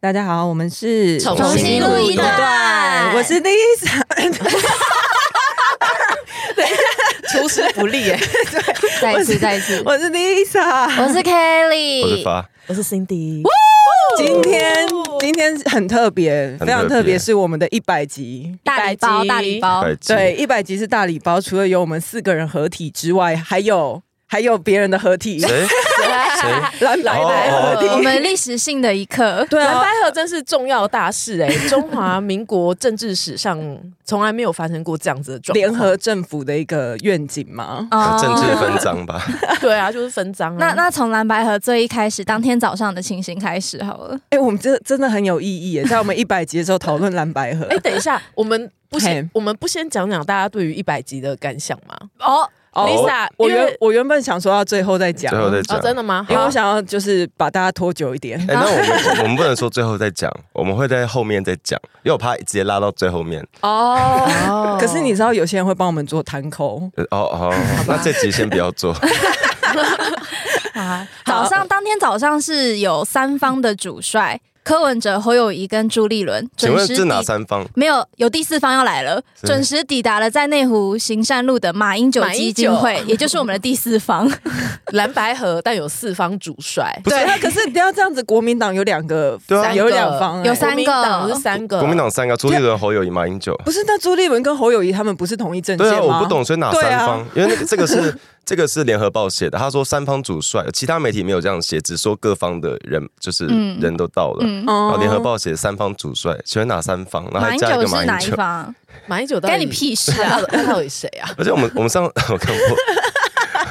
大家好，我们是重新录一段我是 Lisa。出师不利哎、再一次，再一次，我是 Lisa。我是我是 Kelly，发，我是 Cindy，今天今天很特别，特非常别特别，是我们的一百集。大礼包，大礼包，百吉对，，一百集是大礼包，除了有我们四个人合体之外，还有还有别人的合体， 谁谁？ 蓝白来哦合体。我们历史性的一刻，对蓝啊白，合真是重要大事哎、 中华民国政治史上从来没有发生过这样子的状况联合政府的一个愿景嘛。哦政治分赃 吧？ 对啊，就是分赃啊。那那从蓝白河最一开始，当天早上的情形开始好了。哎、我们这真的很有意义耶，在我们一百集的时候讨论蓝白合。哎、等一 下，我们不嘿先我们不先讲讲大家对于一百集的感想吗哦，哦？Lisa，我因为原我原本想说到最后再讲，最后再讲哦，真的吗？因为我好想要就是把大家拖久一点。哎、那 我们我们不能说最后再讲，我们会在后面再讲，因为我怕直接拉到最后面。哦， 哦可是你知道有些人会帮我们做摊口，呃哦哦，那这集先不要做。啊，早上当天早上是有三方的主帅，柯文哲、侯友谊跟朱立伦，请准问时是哪抵三方？没有，有第四方要来了，是准时抵达了在内湖行善路的马英九马基英金九会，也就是我们的第四 方。蓝白合，但有四方主帅，不是？ 那可是不要这样子，国民党有两个，对啊有两方、哎有三个国民党是三个，国民党三个，朱立伦、侯友谊、马英九。不是？那朱立伦跟侯友谊他们不是同一阵线对吗？啊，我不懂，所以哪对三啊方？因为那个这 个是这个是联合报写的，他说三方主帅，其他媒体没有这样写，只说各方的人就是嗯人都到了。嗯，然哦。啊后联合报写三方主帅，请问哪三方？然后马还英加一九个是马哪英一九。方？马英九到底干你屁事他啊！到底他到底谁啊？而且我们我们上 我看过，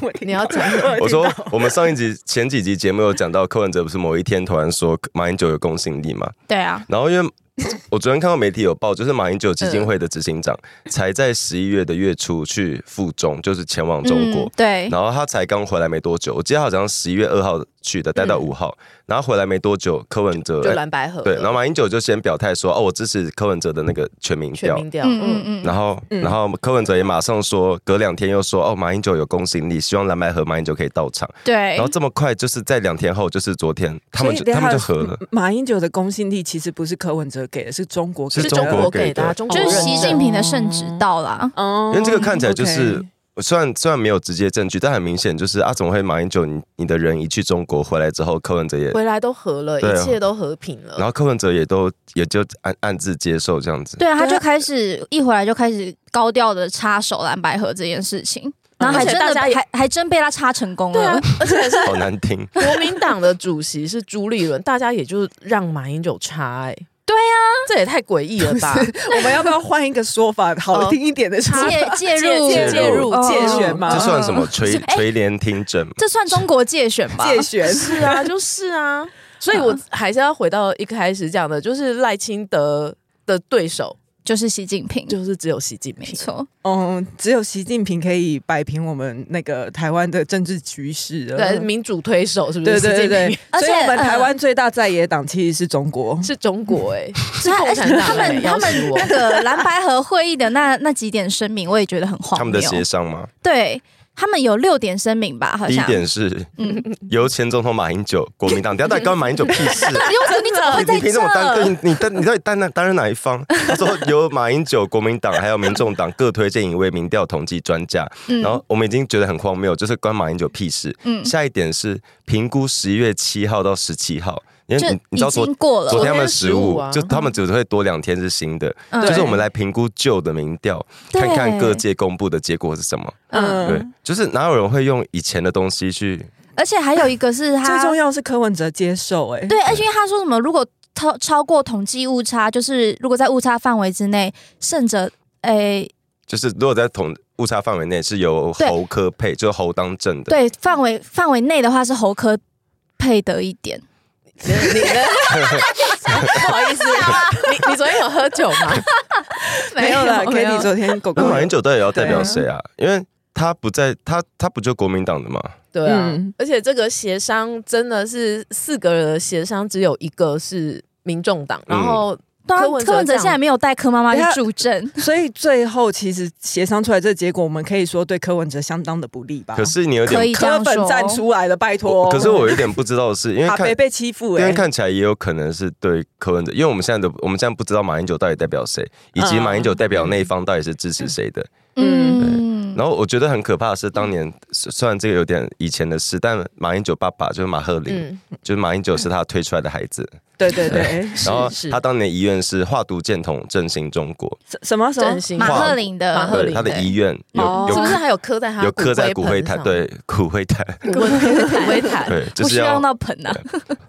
我听你要讲 到我听说到我们上一集前几集节目有讲到柯文哲不是某一天突然说马英九有公信力嘛，对啊，然后因为我昨天看到媒体有报，就是马英九基金会的执行长才在十一月的月初去赴中，就是前往中国。嗯、对，然后他才刚回来没多久，我记得他好像十一月二号去的，待到五号，然后回来没多久，柯文哲就哎蓝白合对，然后马英九就先表态说，哦，我支持柯文哲的那个全民全调，民调，嗯嗯嗯嗯，然后，然后柯文哲也马上说，隔两天又说，哦，马英九有公信力，希望蓝白和马英九可以到场。对然后，这么快，就是在两天后，就是昨天，他们所就以等一他下们就和了。马英九的公信力其实不是柯文哲给的，是中国给的是是中中国国给给的啊，的中国就是习认证近平的圣旨到啦。哦因为这个看起来就是。 OK 虽然虽然没有直接证据，但很明显就是啊，怎么会马英九你你的人一去中国回来之后，柯文哲也，回来都和了，对啊一切都和平了。然后柯文哲也都也就暗暗自接受这样子。对啊，他对啊就开始一回来就开始高调的插手蓝白河这件事情，然后还而且真大的家也还还真被他插成功对啊了。，而且是，好难听国民党的主席是朱立伦，大家也就让马英九插、哎，对啊呀、这也太诡异了 吧？我们要不要换一个说法，好听一点的 说法？介介入介介入哦介选嘛这算 什么是垂哎垂帘听政？这算中国介选吧？介选， 是啊，就是啊，所以我还是要回到一开始讲的，就是赖清德的对手就是习近平，就是只有习近没平。错。嗯，只有习近平可以摆平我们那个台湾的政治局势了。对，民主推手是不对是？对对习近对，而且所以我们呃台湾最大在野党其实是中国平。是中国哎、 是他共而且产他党哎、们他要死们我那！个蓝白河会议的那那几点声明，我也觉得很荒谬。他们的协商吗？对他们有六点声明吧？好第一像。点是嗯， 由前总统马英九、国民党，你要到底关马英九屁事？啊你怎么会你哦在你凭什么担？对这？你你担你到底担哪担任哪 一方？他说由马英九、国民党还有民众党各推荐一位民调统计专家，嗯然后我们已经觉得很荒谬，就是关马英九屁事。嗯下一点是评估十一月七号到十七号，因为就你你知道已昨经过昨了，天他们十昨天15五嗯啊，就他们只会多两天是新的，嗯就是我们来评估旧的民调，对看看各界公布的结果是什么。嗯，嗯对，就是哪有人会用以前的东西去？而且还有一个是他最重要是柯文哲接受、哎，对，而且因为他说什么，如果超超过统计误差，就是如果在误差范围之内，胜者诶、就是如果在统误差范围内是由对侯科配，就是侯当政的，对范围范围内的话是侯科配得一点，你你的 不好意思，你你昨天有喝酒吗？没有了。k a t i e 昨天狗狗那马英九到底要代表谁啊？因为他不在，他他不就国民党的吗？对啊，嗯而且这个协嗯商真的是四个人的协商，只有一个是民众党，然后对啊柯文哲柯文哲这样现在没有带柯妈妈去等一下助阵，所以最后其实协商出来这个结果，我们可以说对柯文哲相当的不利吧？可是你有可以点，这柯样粉说。站出来了，拜托。我可是我有点不知道的 是，因为阿看北被欺负因哎、为看起来也有可能是对柯文哲，因为我们现在的我们现在不知道马英九到底代表谁，以及嗯马英九代表那一方到底是支持谁的。嗯，然后我觉得很可怕的是，当年虽虽然这个有点以前的事，但马英九爸爸就是马赫林，嗯，就是马英九是他推出来的孩子，对对对，然后是他当年遗愿是化毒建统振兴中国，什什么什么振？兴马化赫林马赫的林对他的遗愿有哦有是不是刻还有刻在他有刻在骨灰坛，上，对 骨灰坛， 骨灰骨灰坛，对，就不是需要要用到盆啊，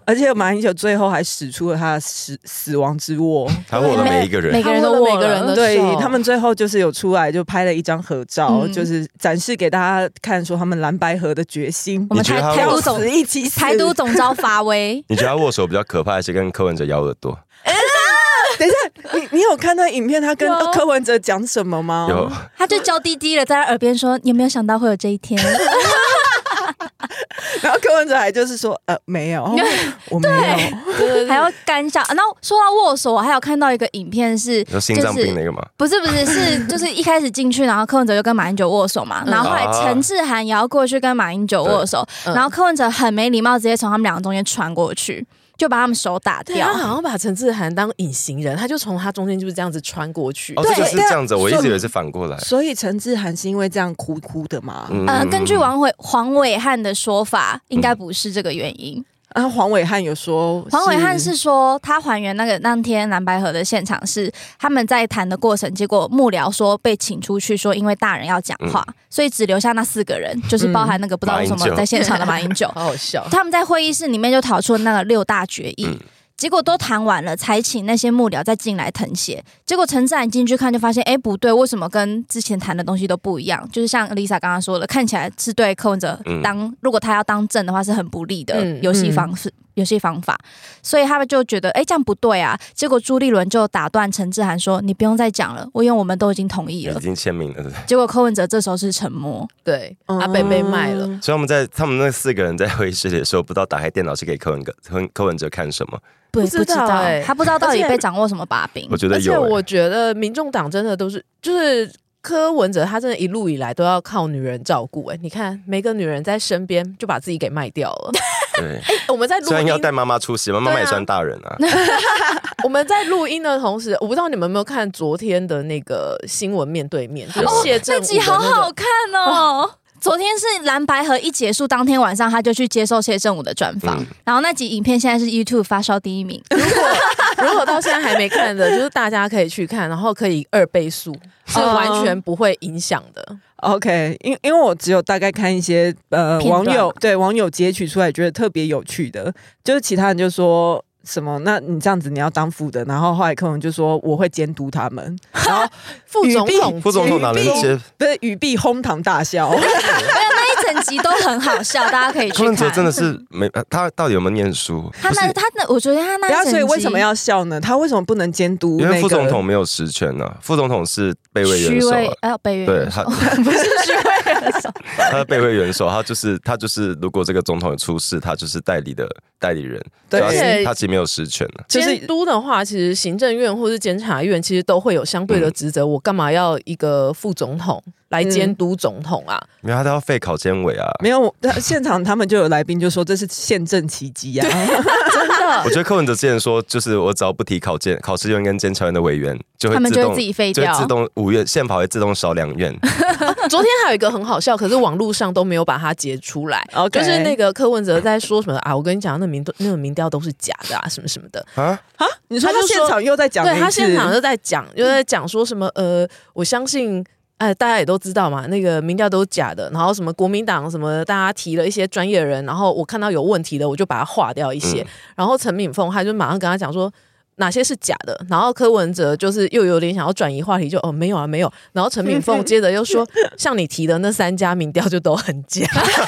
而且马英九最后还使出了他的死死亡之握，他握了每一个 人每，个人都他握握了每个人了的对手他们最后就是有出来就拍了一张合照，嗯就是展示给大家看，说他们蓝白河的决心我，们你觉台得他，台要独总死一起死。台独总召发威你觉得他握手比较可怕，还是跟柯文哲咬耳朵？等一下，你你有看那影片，他跟有柯文哲讲什么吗？有。他就娇滴滴的在他耳边说：“你有没有想到会有这一 天然后柯文哲还就是说，呃，没有，我没有，对对？”还要干笑。然后说到握手，我还有看到一个影片是，你说心脏就是病那个吗？不是不是 是就是一开始进去，然后柯文哲就跟马英九握手嘛，然后后来啊陈志涵也要过去跟马英九握手，嗯然后柯文哲很没礼貌，直接从他们两个中间穿过去，就把他们手打对掉他。好像把陈志涵当隐形人，他就从他中间就是这样子穿过去。。哦，对这个是对啊这样子，我一所直以以为是反过来。所以陈志涵是因为这样哭哭的嘛？嗯呃，根据王伟黄伟汉的说法，应该不是这个原因。啊，黄伟汉有说，黄伟汉是说，他还原那个当天蓝白河的现场是他们在谈的过程，结果幕僚说被请出去，说因为大人要讲话，所以只留下那四个人，就是包含那个不知道为什嗯马么英九在现场的马英九好好笑，他们在会议室里面就讨出那个六大决议，嗯结果都谈完了，才请那些幕僚再进来誊写。结果陈志远进去看，就发现，哎，不对，为什么跟之前谈的东西都不一样？就是像 Lisa 刚刚说的，看起来是对柯文哲嗯当、如果他要当正的话是很不利的嗯游戏方式。游戏方法，所以他们就觉得，哎、这样不对啊。结果朱立伦就打断陈志涵说：“你不用再讲了，我因为我们都已经同意已了。经签名了，对不对？”结果柯文哲这时候是沉默，对，嗯阿北被卖了，所以他们在他们那四个人在会议室里的时候，不知道打开电脑是给柯文哲柯柯文哲看什么，对，不知道哎他不知道到底而且被掌握什么把柄我。觉得而且有、欸。我觉得民众党真的都是，就是柯文哲他真的一路以来都要靠女人照顾。哎，你看每个女人在身边就把自己给卖掉 了。对，我们在录虽然要带音，妈妈出席，妈妈对啊也算大人啊。我们在录音的同时，我不知道你们有没有看昨天的那个新闻面对面，就是哦谢这振武的集好那个好看哦。昨天是蓝白河一结束，当天晚上他就去接受谢振武的专访，嗯然后那集影片现在是 YouTube 发烧第一 名，如果到现在还没看的，就是大家可以去看，然后可以二倍速，是完嗯全不会影响的。 OK，因因为我只有大概看一些呃片网段友嘛对网友截取出来觉得特别有趣的，就是其他人就说什么，那你这样子你要当副的，然后后来柯文就说我会监督他们，然 后副总语统病副总统哪能接？不是语必哄堂大笑，那一整集都很好笑，大家可以去柯文哲看。真的是没他到底有没有念书？他不那是，他那，我觉得他那然一后整集所以为什么要笑呢？他为什么不能监督因那为个副总统没有实权呢、副总统是备位元虚首啊、伪？呃，北元对 他，不是虚伪的手，他是备位元首，他就是他就是，如果这个总统有出事，他就是代理的代理人，对所以而他且他其实没有实权呢、就是监督的话，其实行政院或是监察院其实都会有相嗯对的职责。我干嘛要一个副总统来嗯监督总统啊？没有他都要废考监委啊。没有，我现场他们就有来宾就说这是宪政奇迹呀、啊，真的我，觉得柯文哲之前说，就是我只要不提考监、考试院跟监察院的委员，就会他们自就会动自己废就会掉自。动五院宪法会自动少两院，昨天还有一个很好笑，可是网络上都没有把它截出来。 OK 就是那个柯文哲在说什么啊？我跟你讲，那民那个民调都是假的啊，什么什么的。 啊，你说他他就现说场又在讲了一对次，他现场就在讲，就在讲说什么呃，我相信。呃，大家也都知道嘛，那个民调都是假的，然后什么国民党什么，大家提了一些专业人，然后我看到有问题的，我就把它划掉一些。嗯然后陈敏凤她就马上跟他讲说哪些是假的，然后柯文哲就是又有点想要转移话题，就哦没有啊没有。然后陈敏凤接着又 说，像你提的那三家民调就都很假，我觉得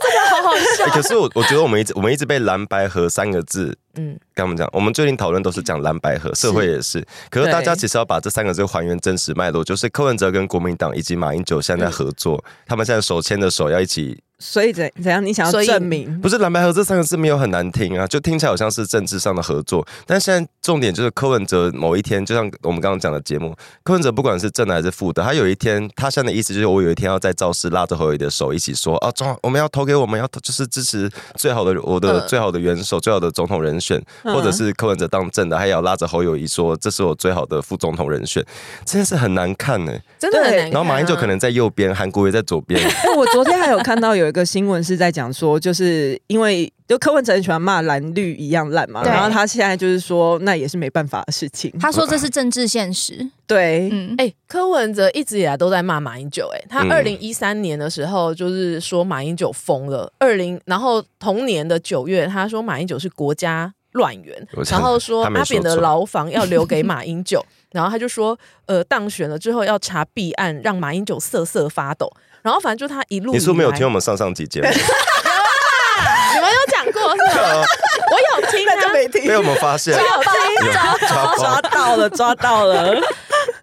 这个好好欸笑。可是我我觉得我们一直我们一直被蓝白河三个字嗯，跟他们讲，我们最近讨论都是讲蓝白河，社会也是，可是大家对其实要把这三个字还原真实脉络，就是柯文哲跟国民党以及马英九现在在合作，他们现在手牵着手要一起所以怎怎样？你想要所以证 明？不是蓝白合这三个字没有很难听啊，就听起来好像是政治上的合作。但现在重点就是柯文哲某一天，就像我们刚刚讲的节目，柯文哲不管是正的还是负的，他有一天，他现在的意思就是我有一天要在造势拉着侯友宜的手一起说啊，中我们要投给我们要就是支持最好的我的、嗯最好的元首、最好的总统人选，嗯或者是柯文哲当正的，他也要拉着侯友宜说这是我最好的副总统人选，这件事很难看呢、真的很对难看啊。然后马英九可能在右边，韩国瑜在左边，哎，我昨天还有看到有一个新闻是在讲说，就是因为就柯文哲很喜欢骂蓝绿一样烂嘛，对然后他现在就是说那也是没办法的事 情。他说这是政治现实，对， 嗯，哎、柯文哲一直以来都在骂马英九、哎，他嗯二零一三年的时候就是说马英九疯了，二零然后同年的九月他说马英九是国家乱源我，真然的后说他没阿说扁的错牢房要留给马英九，然后他就说呃当选了之后要查弊案，让马英九瑟瑟发抖，然后反正就他一路你是不是没有以来听我们上上集节目？ 啊你们有讲过是吗？我有听、啊，那就没听被我们发 现，有抓 抓包。到了，抓到了。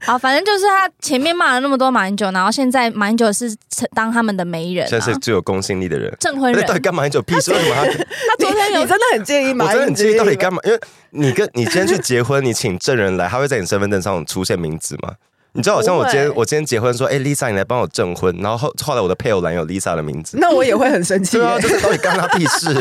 好，反正就是他前面骂了那么多马英九，然后现在马英九是成当他们的媒人、现在是啊，最有公信力的人。证婚那人到，底干嘛？你有屁事？为什么他？他昨天有你真的很介意吗？ 我真的很介意，到底嘛？干嘛？因为你跟你今天去结婚，你请证人来，他会在你身份证上出现名字吗？你知道，好像我今天不会我今天结婚说，哎、l i s a 你来帮我证婚，然后后后来我的配偶栏有 Lisa 的名字，那我也会很生气 对耶、啊，就是到底干他屁事？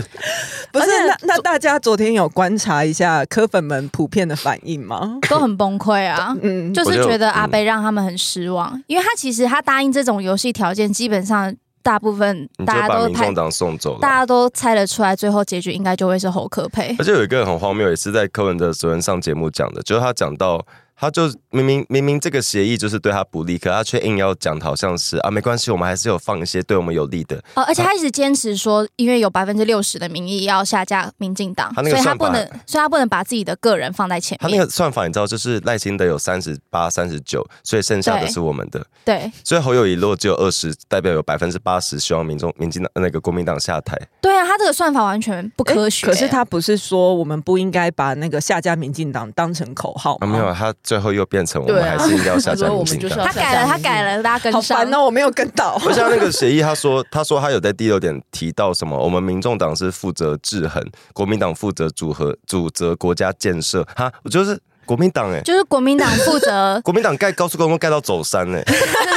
不是？而且那那大家昨天有观察一下柯粉们普遍的反应吗？ 都很崩溃啊。 嗯，就是我就觉得阿贝让他们很失望，因为他其实他答应这种游戏条件，基本上大部分你就大家把都民猜众，党送走大了。家都猜得出来，最后结局应该就会是侯可佩而。且有一个很荒谬，也是在柯文哲昨天上节目讲的，就是他讲到，他就明明明明这个协议就是对他不利，可他却硬要讲，好像是啊，没关系，我们还是有放一些对我们有利的。哦，而且他一直坚持说，因为有百分之六十的民意要下架民进党，他所那个以他算法不能，所以他不能把自己的个人放在前他那面。个算法你知道，就是赖清德有三十八、三十九，所以剩下的对是我们的。对所以侯友谊如果只有二十，代表有百分之八十希望民众、民进党那个国民党下台。对啊，他这个算法完全不科学。可是他不是说我们不应该把那个下架民进党当成口号啊，吗？没有，啊，他最后又变成我们哦对啊还是应该要下架 他说嗯民我们进就是党。要他改了，他改了，大家好跟上。烦哦，我没有跟到。不像那个协议，他说，他说他有在第六点提到什么，我们民众党是负责制衡，国民党负责组合组责国家建设。哈，我就是国民党哎、就是国民党负责 国民党盖高速公路盖到走山呢、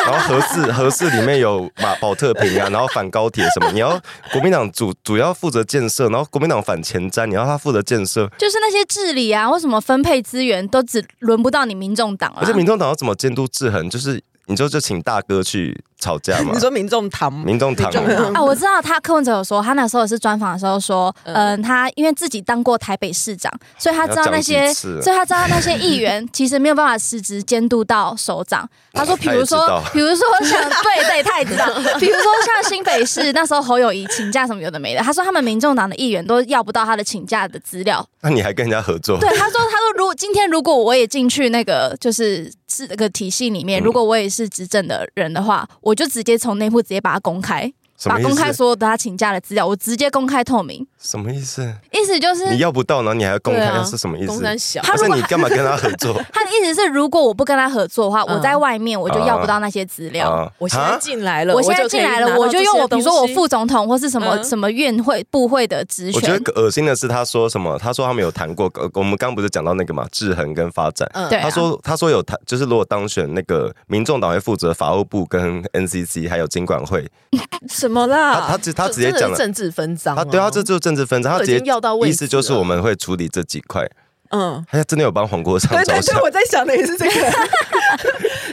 然后合适合适里面有马保特瓶啊，然后反高铁什么，你要国民党主主要负责建设，然后国民党反前瞻，你要他负责建设，就是那些治理啊，为什么分配资源都只轮不到你民众党了而且？民众党要怎么监督制衡？就是你就就请大哥去吵架嘛 你，说民众堂吗？啊民众党民众啊，党我知道他柯文哲有说，他那时候也是专访的时候说，嗯，他因为自己当过台北市长，所以他知道那要讲些，几次啊所以他知道那些议员其实没有办法实质监督到首长。他说，比如他也说知道，比如说像对对，他也知道，比如说像新北市那时候侯友谊请假什么有的没的，他说他们民众党的议员都要不到他的请假的资料，那你还跟人家合作？对，他说，他说，如果今天如果我也进去那个就是是那个体系里面，嗯如果我也是执政的人的话，我就直接从内部直接把它公开，什把么意公开思？所有的他请假的资料，我直接公开透明，什么意思？意思就是。你要不到，然后你还要公对开，啊是什么意公思？山小他而如且果你 干嘛跟他合作他的意思是，如果我不跟他合作的话，我在外面我就要不到那些资料。啊？我现在啊进来了，我现在进来了，我就用我，比如说我副总统或是什么、嗯什么院会部会的职我觉权，得恶心的是，他说什么？他说他们有谈过，呃我们刚不是讲到那个嘛，制衡跟发展。嗯对啊他说他说有谈，就是如果当选那个民众党会负责法务部跟 NCC 还有经管会，什么啊他他啦？直他直接讲了，政治分赃、啊他对啊他这就是政治纷争，他都直已经接要到位，意思就是我们会处理这几块，嗯，他真的有帮黄国昌 对着对想对，。我在想的也是这 个。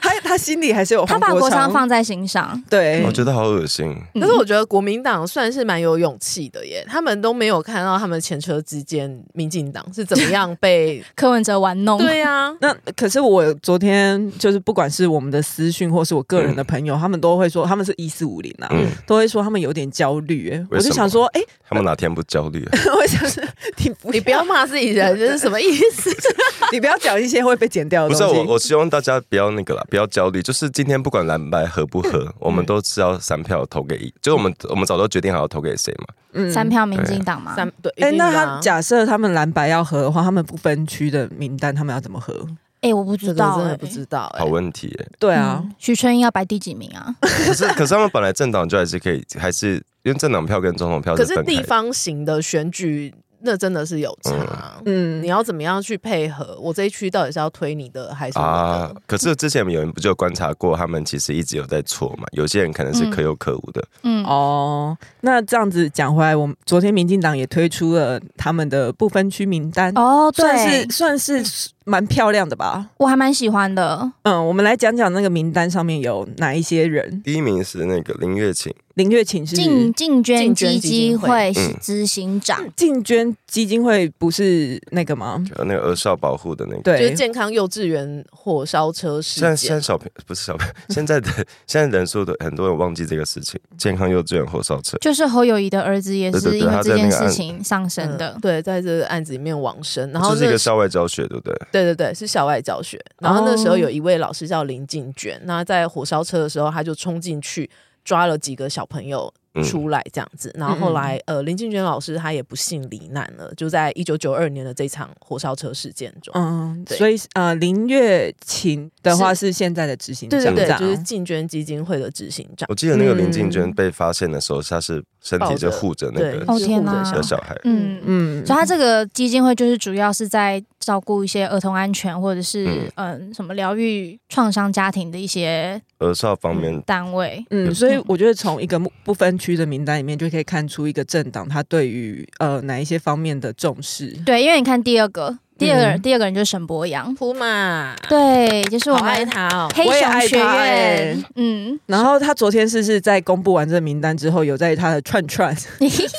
他他心里还是有他黄把国国昌昌，放在心上。对我，觉得好恶心，可是我觉得国民党算是蛮有勇气的耶，他们都没有看到他们前车之鉴，民进党是怎么样被柯文哲玩弄，对啊，那可是我昨天就是不管是我们的私讯或是我个人的朋友，他们都会说他们是一四五零啊，嗯，都会说他们有点焦虑、欸。我为什么就想说，哎、他们哪天不焦虑啊？ 我想是你不你不要骂自己人，这是什么意思？ 你不要讲一些会被剪掉不的是东西。我，我希望大家不要那个啦，不要焦虑。就是今天不管蓝白合不合，我们都是要三票投给一，就是我们我们早都决定好要投给谁嘛。嗯三。票民进党嘛，三对，哎、一定的那啊他假设他们蓝白要合的话，他们不分区的名单，他们要怎么合？哎、我不这知个道、真欸，的不知道哎、好问题耶、对啊，嗯许春英要排第几名啊？可是 可是他们本来政党就还是可以，还是因为政党票跟总统票可是是分开地的。方型的选举，那真的是有差。嗯你，要怎么样去配合？我这一区到底是要推你的还是我的？啊！可是之前有人不就有观察过，他们其实一直有在错嘛。有些人可能是可有可无的，嗯，哦，那这样子讲回来，我们昨天民进党也推出了他们的不分区名单，哦，算对是，算是蛮漂亮的吧。我还蛮喜欢的。嗯，我们来讲讲那个名单上面有哪一些人。第一名是那个林月琴，林月琴是进进捐进捐基基金金会会是嗯执行长，进捐基金会，不是那个吗？还有那个儿少保护的那个。就对是，健康幼稚园火烧车事现在现件在，小朋不是小朋友， 现在的现在人数的很多人忘记这个事情，健康幼稚园火烧车。就是侯友谊的儿子，也对对是对因为他这在那件个事案情上升嗯的。对，在这个案子里面往生，然后哦这是一那个校外教学，对不对？对对对，是校外教学。然后那时候哦有一位老师叫林静娟，那在火烧车的时候，他就冲进去抓了几个小朋友嗯出来这样子。然后后来呃，林静娟老师她也不幸罹难了，就在一九九二年的这场火烧车事件中。哦嗯，对所以呃，林月琴的话是现在的执行长，对对对，这样哦就是进捐基金会的执行长我，记得那个林静娟嗯被发现的时候，她是身体就护着那对，个哦是天护着哪小小小孩。嗯嗯，嗯，所以他这个基金会就是主要是在照顾一些儿童安全，或者是嗯嗯、什么疗愈创伤家庭的一些儿少方面，单位。嗯，所以我觉得从一个不分区的名单里面，就可以看出一个政党他对于呃哪一些方面的重视。对，因为你看第二个，第二个人，嗯第二个人就是沈博洋，普马，对，就是好我爱们他哦，黑我也熊爱学他院欸。嗯，然后他昨天是是在公布完这个名单之后，有在他的串 串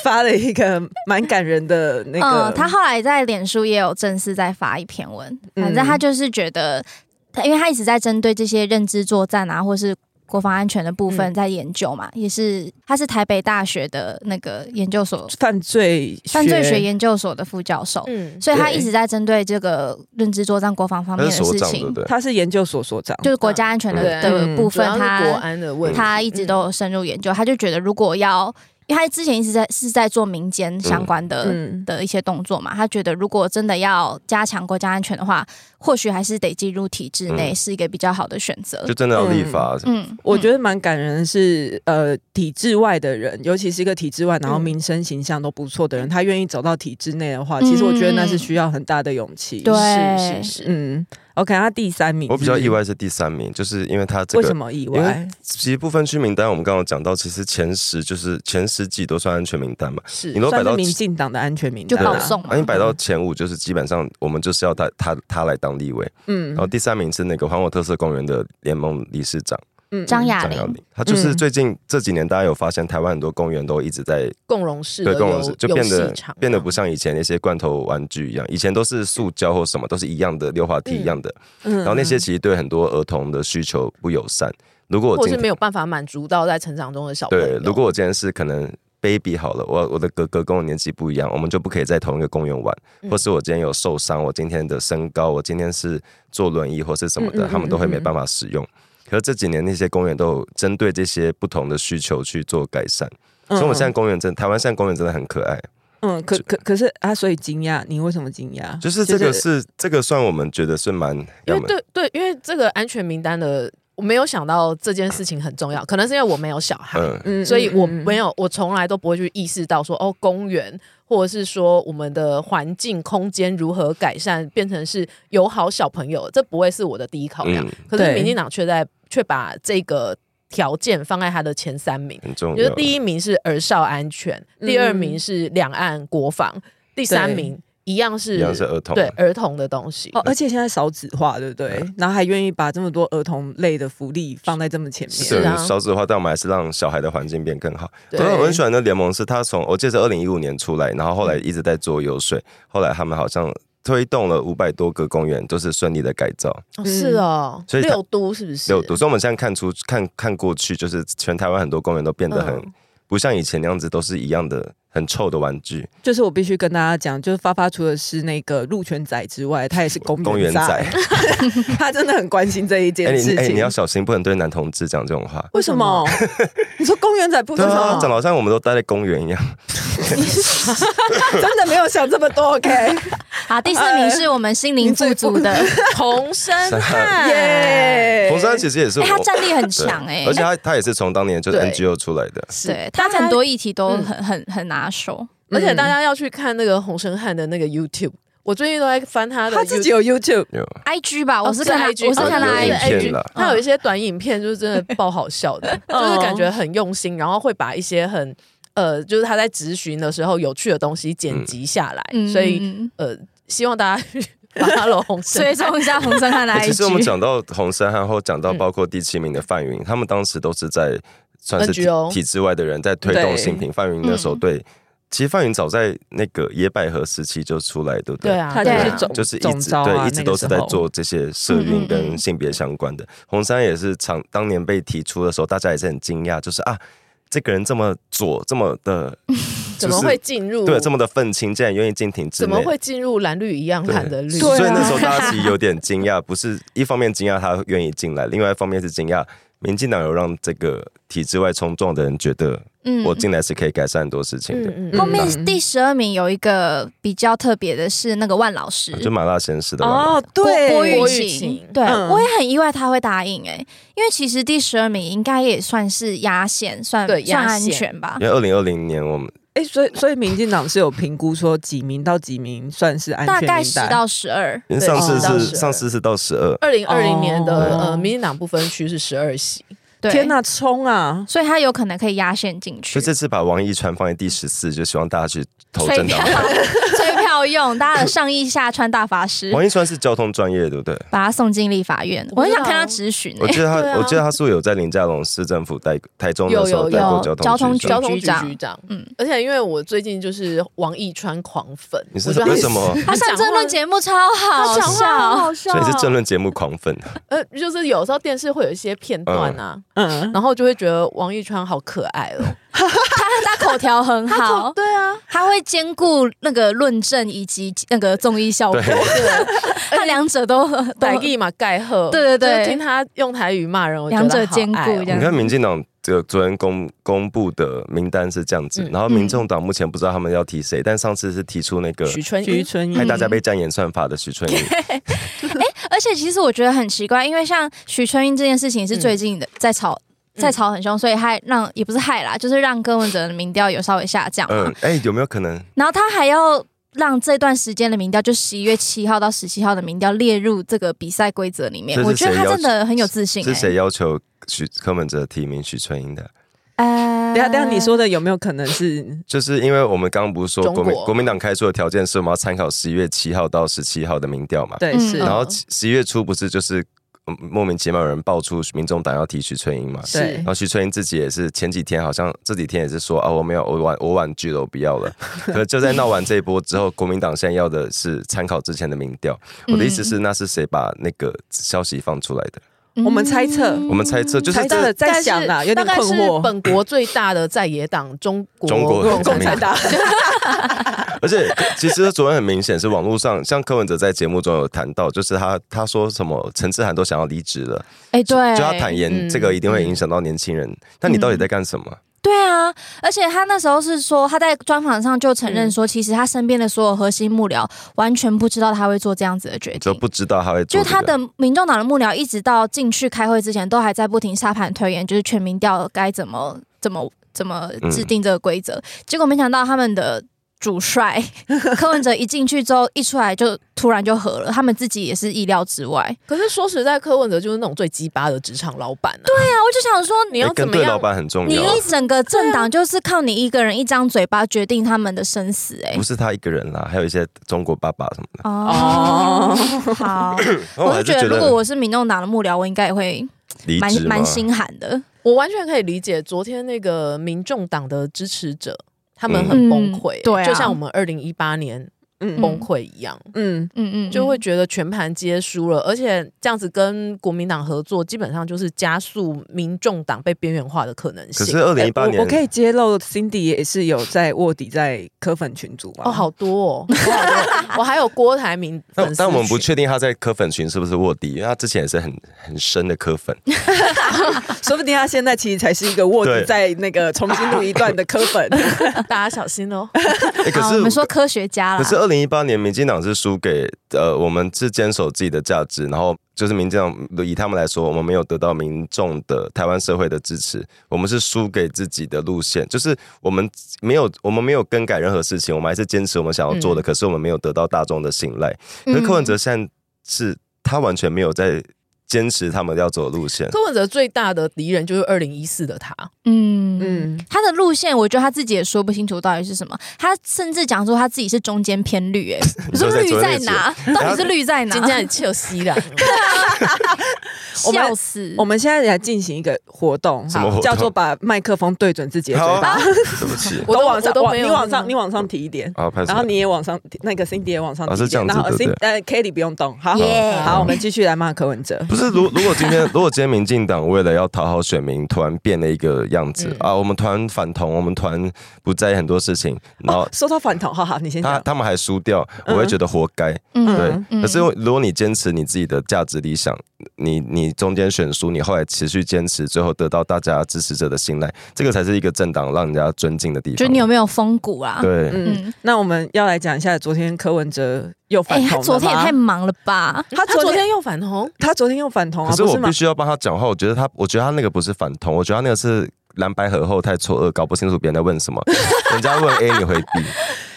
发了一个蛮感人的那个，嗯，他后来在脸书也有正式在发一篇文，反正嗯他就是觉得，他因为他一直在针对这些认知作战啊，或是国防安全的部分嗯在研究嘛，也是他是台北大学的那个研究所犯罪犯罪学研究所的副教授，嗯，所以他对一直在针对这个认知作战、国防方面她的是所事长，情对，不对？他是研究所所长，就是国家安全的对嗯的部主分要，是国他安嗯的嗯问题，他一直都有深入研究，他就觉得如果要，因为他之前一直在是在做民间相关的嗯的一些动作嘛，他觉得如果真的要加强国家安全的话，或许还是得进入体制内嗯是一个比较好的选择就。真的要立法。啊嗯，我觉得得蛮感人的是，呃，体制外的人，尤其是一个体制外，然后嗯民生形象都不错的嗯人，他愿意走到体制内的话，其实我觉得那是需要很大的勇气。对是是是，嗯，OK，他第三名，我比较意，外是第三名，就是因为他这为什个。么意因外为？其实不分区名单，我们刚刚有讲到，其实前十就是前十几都算安全名单嘛。是你都摆算是到民进党的安全名就单啊，嗯保送嘛啊，你摆到前五，就是基本上我们就是要他他他来当立委。嗯然后第三名是那个环火特色公园的联盟理事长嗯张雅张耀玲林，他就是嗯最近这几年大家有发现，台湾很多公园都一直在共融式的对，跟我游是就变游得戏场啊变得嘛不像以前那些罐头玩具一样，以前都是塑胶或什么，都是一样的溜滑梯一样的。嗯然后那些其实对很多儿童的需求不友善。如果我或今是没天有办法满足到在成长中的小朋友。对，如果我今天是可能 baby 好了，我我的哥哥跟我年纪不一样，我们就不可以在同一个公园玩，嗯或是我今天有受伤，我今天的身高，我今天是坐轮椅或是什么嗯嗯的，嗯他们都会没嗯嗯办法使用。可是这几年那些公园都有针对这些不同的需求去做改善，嗯所以我们现在公园真台湾现在公园真的很可爱。嗯，可可可是啊，所以惊讶，你为什么惊讶？就是这个是、这个算我们觉得是蛮因要嗯为么对对，因为这个安全名单的，我没有想到这件事情很重要，可能是因为我没有小孩。嗯嗯所以我没有，有，我从来都不会去意识到说，哦，公园或者是说我们的环境空间如何改善，变成是友好小朋友，这不会是我的第一考量。嗯可是对民进党却在却把这个条件放在他的前三名，很重要。我觉得第一名是儿少安全，嗯第二名是两岸国防，第三对名一样是一样是儿童，啊对儿童的东西。哦，而且现在少子化，对不对？然后还愿意把这么多儿童类的福利放在这么前是面，啊少子化，但我们还是让小孩的环境变更好。对可是我很喜欢的联盟是，他从我记得是二零一五年出来，然后后来一直在做游说，后来他们好像推动了五百多个公园，都是顺利的改造哦是哦，嗯所以他六都是不是？六 都。所以我们现在看出看看过去，就是全台湾很多公园都变得很、嗯不像以前那样子，都是一样的。很臭的玩具，就是我必须跟大家讲，就是发发除了是那个鹿泉仔之外，他也是公 公园园仔。 他真的很关心这一 哎、件事你哎、情。你要小心，不能对男同志讲这种话。为什么？你说公园仔不对能啊，吗长得好像我们都待在公园一样。真的没有想这么多，OK？ 好，第四名是我们心灵富足的，童生汉，耶！红山其实也是哎他我，战力很对强哎而，且他他也是从当年就是对 NGO 出来的。是对他很多议题都嗯很很很拿手。而且大家要去看那个洪生汉的那个 YouTube，我最近都在翻他的他 YouTube, 自己有 YouTube，有 I G 吧，哦我是是看他 IG 我是看他哦有 I 影 G，片啦他有一些短影片，就是 真的爆好笑的，嗯就是感觉很用心，然后会把一些很呃，就是他在质询的时候有趣的东西剪辑下来，所以嗯呃，希望大家去 follow 洪生追汉。踪一下洪森汉的哎 I 其 G。实我们讲到红山汉后，讲到包括第七名的范云，他们当时都是在算是体 NGO 体制外的人在推动性平。范云那时候对，其实范云早在那个野百合时期就出来，对不对？对啊，他就对对是啊总就是一总直招啊对，一直都是在。做这些社嗯运嗯嗯跟性别相关的。红山也是常当年被提出的时候，大家也是很惊讶，就是啊，这个人这么左，这么的，怎么就是会进入？对，这么的愤青，竟然愿意进庭之怎内么，会进入蓝绿一样蓝的绿？对啊所以那时候大家其实有点惊讶，不是一方面惊讶他愿意进来，另外一方面是惊讶民进党有让这个体制外冲撞的人觉得嗯我进来是可以改善很多事情的。嗯嗯后面第十二名有一个比较特别的是那个万老师，啊就麻辣鲜师的嘛哦，郭郭对，郭玉玉琴琴，对、嗯我也很意外他会答应哎、因为其实第十二名应该也算是压线，算对算压安线全吧因。为二零二零年我们哎，所以所以民进党是有评估说几名到几名算是安全大名概单，十到十二，因为上次对是12上次是到十二，二零二零年的、哦呃，民进党不分区是十二席，对，天哪，冲啊！所以他有可能可以压线进去所以，这次把王一川放在第十四，就希望大家去投催政票党。， 催票用，大家的上意下穿大法师，王一川是交通专业，对不对？把他送进立法院。我我不很知想道看他质询我哎，记得他，对啊我记得他是不是有在林佳龙市政府带台中的时候有有带过有交通交通局局长交长通局局长。嗯嗯，而且因为我最近就是王一川狂粉，你是我觉得为 什么？他上争论节目超好他讲话好笑，好笑所哦，以是政论节目狂粉，呃，就是有时候电视会有一些片段啊，嗯，然后就会觉得王一川好可爱哦。 他他口条很好，对啊，他会兼顾那个论证以及那个综艺效果， 他两者都都百亿嘛盖赫，对对对就是听他用台语骂人，我觉得两者好爱兼顾哦这样你看民进党这个昨天公公布的名单是这样子，嗯然后民众党目前不知道他们要提谁，但上次是提出那个许春徐英，春嗯害英大家被占演算法的许 春英，而且其实我觉得很奇怪，因为像许春英这件事情是嗯最近的、在吵。在吵很凶，所以害让也不是害啦，就是让柯文哲的民调有稍微下降嘛。嗯，哎，有没有可能？然后他还要让这段时间的民调，就十一月七号到十七号的民调列入这个比赛规则里面。这我是觉谁得他要真的很有自信、欸。是谁要求许柯文哲提名许春英的？呃等一下等一下，你说的有没有可能是就是因为我们刚刚不是说中国民国国民党开出的条件是我们要参考十一月七号到十七号的民调嘛？对嗯是然后十一月初不是就是嗯莫名其妙有人爆出民众党要提许春英嘛？对然后徐春英自己也是前几天好像这几天也是说啊，我没有，我婉我婉拒了，我不要了。可是就在闹完这一波之后，国民党现在要的是参考之前的民调。我的意思是，那是谁把那个消息放出来的？嗯我们猜测我们猜测，就是猜到了这在想啦，啊大概是有点困大概是惑。本国最大的在野党中国中国共共产产党，党，而且其实昨天很明显是网络上，像柯文哲在节目中有谈到，就是他他说什么陈志涵都想要离职了，哎、对，就他坦言嗯这个一定会影响到年轻人。但你到底在干什么？对啊，而且他那时候是说，他在专访上就承嗯认说，其实他身边的所有核心幕僚完全不知道他会做这样子的决你定就。不知道他会就做是这他个的民众党的幕僚，一直到进去开会之前，都还在不停沙盘推演，就是全民调该怎么怎么怎么嗯制定这个规则。结果没想到他们的主帅柯文哲一进去之后，一出来就突然就和了，他们自己也是意料之外。对可是说实在，柯文哲就是那种最鸡巴的职场老板啊。对，啊，我就想说，你你要哎跟怎么对老样？板很重你要，一整个政党就是靠你一个人一张嘴巴决定他们的生死、哎不。是他一个人啦，还有一些中国爸爸什么的。哦， 好，然后我还是是觉得如果我是民众党的幕僚，我应该也会离蛮职吗蛮心寒的。嗯我完全可以理解昨天那个民众党的支持者，他们嗯很崩溃、嗯对啊就像我们二零一八年 嗯崩溃一样，嗯嗯嗯，就会觉得全盘皆输了。而且这样子跟国民党合作，基本上就是加速民众党被边缘化的可能可性。是二零一哎八我我可年，以揭露，Cindy 也是有在卧底在科粉群组吗？哦，好多哦，我好多我还有郭台铭粉但丝但我们 不群确定他在科粉群是不是卧底，因为他之前也是很很深的 科粉。 说不定他现在其实才是一个卧底对在那个重新录一段的科 粉。大家小心哦。哎可好，是啊我们说科学家可啦，是二零一八年，民进党是输给呃，我们是坚守自己的价值，然后就是民进党以他们来说，我们没有得到民众的台湾社会的支持，我们是输给自己的路线，就是我们没有我们没有更改任何事情，我们还是坚持我们想要做的，可是我们没有得到大众的信赖。可是柯文哲现在是他完全没有在坚持他们要走的路线，柯文哲最大的敌人就是二零一四的 他，嗯嗯。嗯，他的路线，我觉得他自己也说不清楚到底是什么。他甚至讲说他自己是中间偏绿、欸，哎，我你说说在绿左在边哪？到底是绿在哪今？天切尔 西了，我们笑死！我们现在来进行一个活动，什么活动叫做把麦克风对准自己的嘴好啊巴，，对不 起。我都都往上，我都往没有你往上，嗯你往上提一点。啊，拍手然后你也往上，那个 Cindy 也往上哦提是一这样点，子然后对对 Cindy 呃 Katie 不用动，好，耶好，我们继续来骂柯文哲。不是，如如果今天 如果今天民进党为了要讨好选民，突然变了一个样子、嗯啊，我们团反同，我们团不在意很多事情，然后哦，说到反同，好好，你先他、讲。他们还输掉，我会觉得活该。嗯对，嗯可是如果你坚持你自己的价值理想，你你中间选输，你后来持续坚持，最后得到大家支持者的信赖，这个才是一个政党让人家尊敬的地方。就你有没有风骨啊？对，嗯嗯，那我们要来讲一下昨天柯文哲又反同哎、了他吗昨天也太忙了吧？他他昨昨天天又反红，他昨天又反同可啊，是不我是吗必？须要帮他讲话，我觉得他，我觉得他那个不是反同，我觉得他那个是蓝白合后太错愕，搞不清楚别人在问什么，人家问 A 你回 B。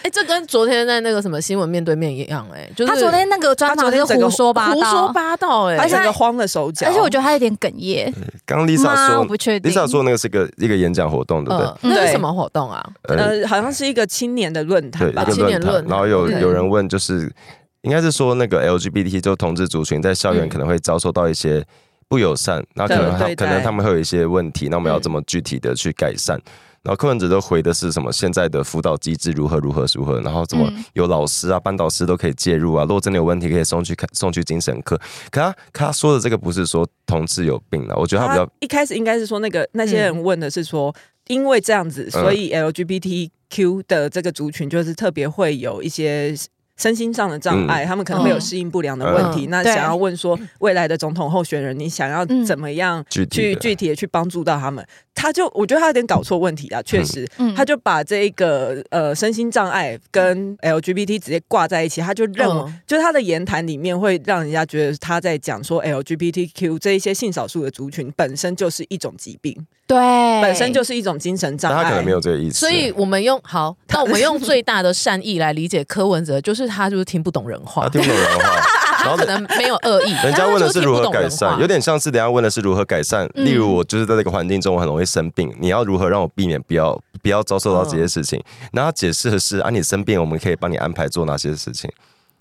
哎，这跟昨天在那个什么新闻面对面一样，哎，就是他昨天那个专他访昨天就是整个胡说八胡道，说八道，他哎，整个慌了手脚，而且我觉得他有点哽咽。刚刚 Lisa 妈，我说不确定。 ，Lisa 说那个是个一个演讲活动，对不对？嗯，那对是什么活动啊？呃，呃，好像是一个青年的论对，坛一吧个。青年论坛论，坛然后有对有人问，就是应该是说那个 LGBT 就同志族群在校园嗯可能会遭受到一些。不友善，那可能他对对可能他们会有一些问题，那我们要嗯怎么具体的去改善？然后柯文哲都回的是什么？现在的辅导机制如何如何如何？然后怎么嗯有老师啊、班导师都可以介入啊？如果真的有问题，可以送去看送去精神科。可他可他说的这个不是说同志有病啊了，我觉得他比较一开始应该是说那个那些人问的是说，因为这样嗯子，所以 LGBTQ 的这个族群就是特别会有一些。身心上的障碍，他们可能会有嗯适应不良的问题。嗯那对想要问说，未来的总统候选人，你想要嗯怎么样具体去的。具体的去帮助到他们？他就我觉得他有点搞错问题啦，确实，嗯他就把这一个呃身心障碍跟 LGBT 直接挂在一起，他就认为、嗯就是他的言谈里面会让人家觉得他在讲说 LGBTQ 这一些性少数的族群本身就是一种疾病，对，本身就是一种精神障但碍。他可能没有这个意思。所以我们用 好，那我们用最大的善意来理解柯文哲，就是他就是听不懂人他 话，听不懂人话，然后 可能没有恶 意。啊人家问的是如何但改他善，就是听不懂人有话点像是人家问的是如何改善。嗯例如我就是在这个环境中，我很容易生病，你要如何让我避免不要不要遭受到这些事情？嗯然后他解释的是啊，你生病，我们可以帮你安排做哪些事情。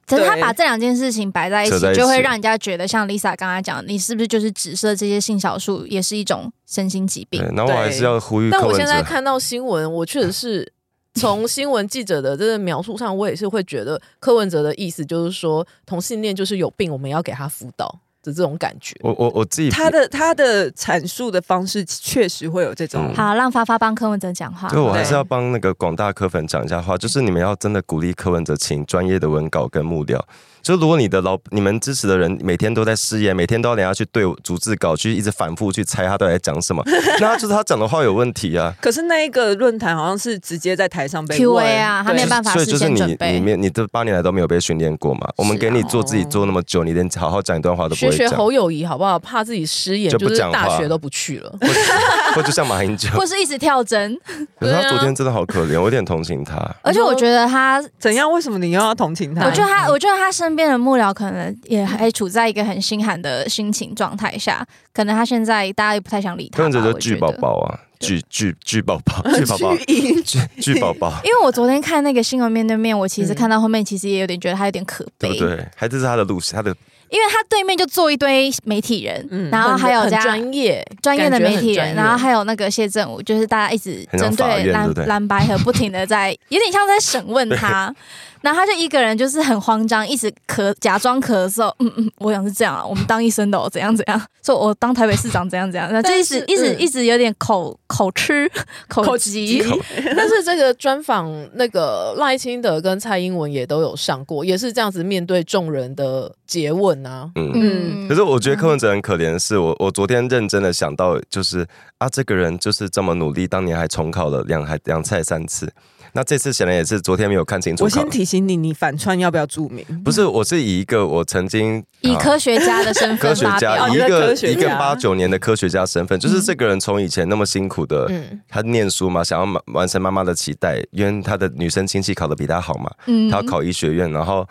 可是他对把这两件事情摆在一扯起，在一起就会让人家觉得像 Lisa 刚才讲，你是不是就是指涉这些性少数也是一种身心疾对病？，然后我还是要呼吁但柯我文现在哲，看到新闻，我确实是从新闻记者的这个描述上，我也是会觉得柯文哲的意思就是说，同性恋就是有病，我们要给他辅导的这种感觉。我我我自己他的他的阐述的方式确实会有这种嗯好，让发发帮柯文哲讲话。对，我还对是要帮那个广大科粉讲一下话，就是你们要真的鼓励柯文哲，请专业的文稿跟幕僚。就如果你的老你们支持的人每天都在失言，每天都要人家去对逐字稿去一直反复去猜他到底在 讲什么，那他就是他讲的话有问题啊。可是那一个论坛好像是直接在台上被 Q&A 啊问他没对办法所以就是事先你准备哦你没你这八年来都没有被训练过嘛？我们给你做自己做那么久，你连好好讲一段话都不学会学讲，侯友谊好不好？怕自己失言，就就不是讲话大学都不去了。或或就像马英九， 或是一直跳 针，可是对他啊昨天真的好可怜，我有点同情他。而且我觉得 他怎样？为什么你又要同情他？我觉得他，我觉得他身边的幕僚可能也还处在一个很心寒的心情状态下，可能他现在大家也不太想理他吧。柯文哲我就巨觉宝得宝啊，巨巨巨宝 宝，巨宝宝，巨巨宝宝，因为我昨天看那个新闻面对面，我其实嗯看到后面，其实也有点觉得他有点可对悲。不对？还这是他的路线，他的因为他对面就坐一堆媒体人，嗯然后还有很加专业专业的媒体感觉很专业人，然后还有那个谢振武，就是大家一直很像针法对院对蓝不对蓝白和不停的 在，有点像在审问他，然后他就一个人就是很慌张，一直咳，假装咳嗽，嗯嗯，我想是这样啊，我们当医生的、哦、怎样怎样， 说我当台北市长怎样怎样，然后就一直但是一直嗯一直有点口口吃口急， 但是这个专访，那个赖清德跟蔡英文也都有上过，也是这样子面对众人的诘问啊。嗯。嗯，可是我觉得柯文哲很可怜的是，我我昨天认真的想到，就是啊，这个人就是这么努力，当年还重考了两还两次还三次，那这次显然也是昨天没有看清楚我考先的。提醒你，你反串要不要注明？不是，我是以一个我曾经以啊科学家的身科份学发家，表以一哦个科学一个家八九年的科学家身份，就是这个人从以前那么辛苦的，嗯，他念书嘛，想要完完成妈妈的期待，因为他的女生亲戚考得比他好嘛，嗯他要考医学院，然后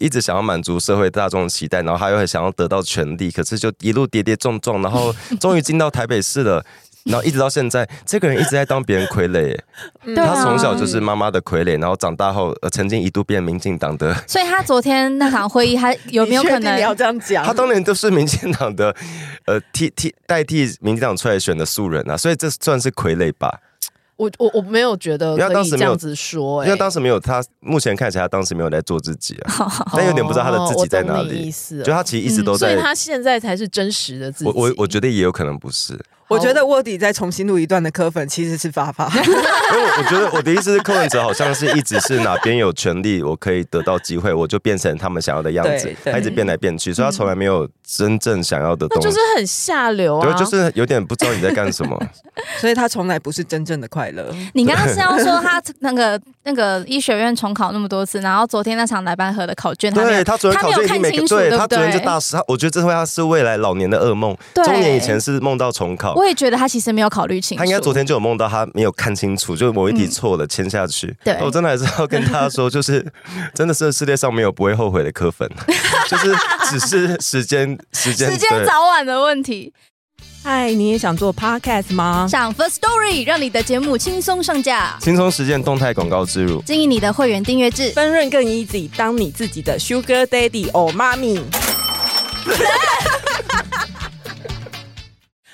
一直想要满足社会大众的期待，然后他又很想要得到权利，可是就一路跌跌撞撞，然后终于进到台北市了。然后一直到现在，这个人一直在当别人傀儡耶。嗯对啊他从小就是妈妈的傀儡，然后长大后，呃，曾经一度变民进 党的。所以他昨天那场会议，他有没有你确可定你要能？这样讲？啊他当年都是民进党的，呃，替替代替民进党出来选的素人啊，所以这算是傀儡吧。我我我没有觉得因为可当以时这没有样子说、欸，因为当时没有他，目前看起来他当时没有在做自己啊，哦但有点不知道他的自己在哪我懂你里意。思了，嗯就他其实一直都所在以，他现在才是真实的自己。我我我觉得也有可能不是，我觉得卧底再重新录一段的柯粉其实是发 发，因为我我觉得我的意思是，柯文哲好像是一直是哪边有权利，我可以得到机会，我就变成他们想要的样子对，对他一直变来变去，所以他从来嗯没有真正想要的那东就西是。很下流啊，对，就是有点不知道你在干什么。所以他从来不是真正的快乐。你刚刚是要说他那个那个医学院重考那么多次，然后昨天那场来班河的考 卷，他没有对他昨天考他没有卷已看经没，清楚，对对他不昨天就大对？师，他我觉得这会他是未来老年的噩梦。对中年以前是梦到重考，我也觉得他其实没有考虑清楚。他应该昨天就有梦到，他没有看清楚，就是某一题错了，签、下去。嗯对我真的还是要跟大家说，就是 真的是世界上没有不会后悔的科粉， 就是只是时间时间时间对早晚的问题。嗨，你也想做 podcast 吗？上 First Story 让你的节目轻松上架，轻松实践动态广告植入。经营你的会员订阅制。分润更 easy，当你自己的 sugar daddy or mommy。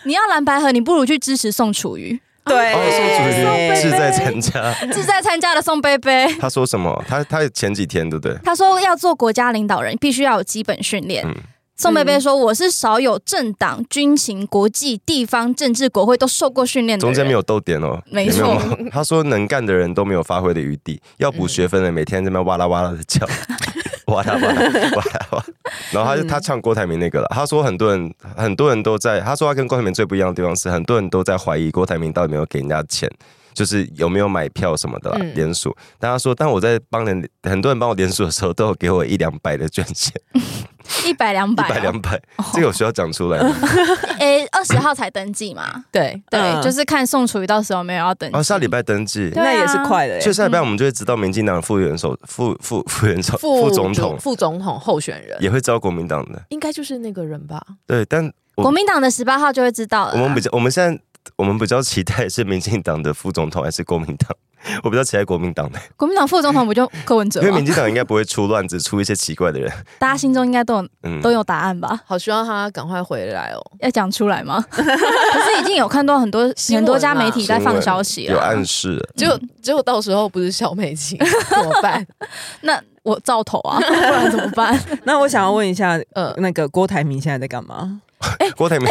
你要蓝白河，你不如去支持宋楚 瑜。对，哦，宋贝楚瑜志在参加，志在参加的宋贝贝，他说什么？他他前几天对不对？他说要做国家领导人，必须要有基本训练。嗯宋贝贝说：“我是少有政党、军情、国际、地方政治、国会都受过训练的 中人。”间没有逗点哦， 没有错嗯有吗 他说能干的人都没有发挥的余地，要补学分的每天在那边哇啦哇啦的 叫，哇啦哇啦哇啦哇啦。然后他就他唱郭台铭那个了，他说很多人很多人都在，他说他跟郭台铭最不一样的地方是，很多人都在怀疑郭台铭到底有没有给人家钱。就是有没有买票什么的啦，嗯？联署。但他说，当我在帮人，很多人帮我联署的时候，都有给我一两百的捐献，一百两一百，啊哦百两百，这个我需要讲出 来吗。诶，二十号才登记嘛对，对，嗯就是看宋楚瑜到时候有没有要登记。哦，下礼拜登记，对啊那也是快乐、所欸。以下礼拜我们就会知道民进党副元首、副副副元首、副总统副总统候选人也会招国民党的。应该就是那个人吧？对，但国民党的十八号就会知道了我啦。们比较，我们现在我们比较期待是民进党的副总统还是国民党？ 我比较期待国民党的，国民党副总统不就柯文哲因为吗民？进党应该不会出乱子，出一些奇怪的人。大家心中应该都有嗯都，有答案吧？好希望他赶快回来哦。要讲出来 吗？可是已经有看到很多新闻很啊多家媒体在新放闻啊消息有暗了。示了。结果结果到时候不是小美琴怎么 办？那我照投 啊，不然怎么办？那我想要问一下，呃，那个郭台铭现在在干嘛？郭台铭，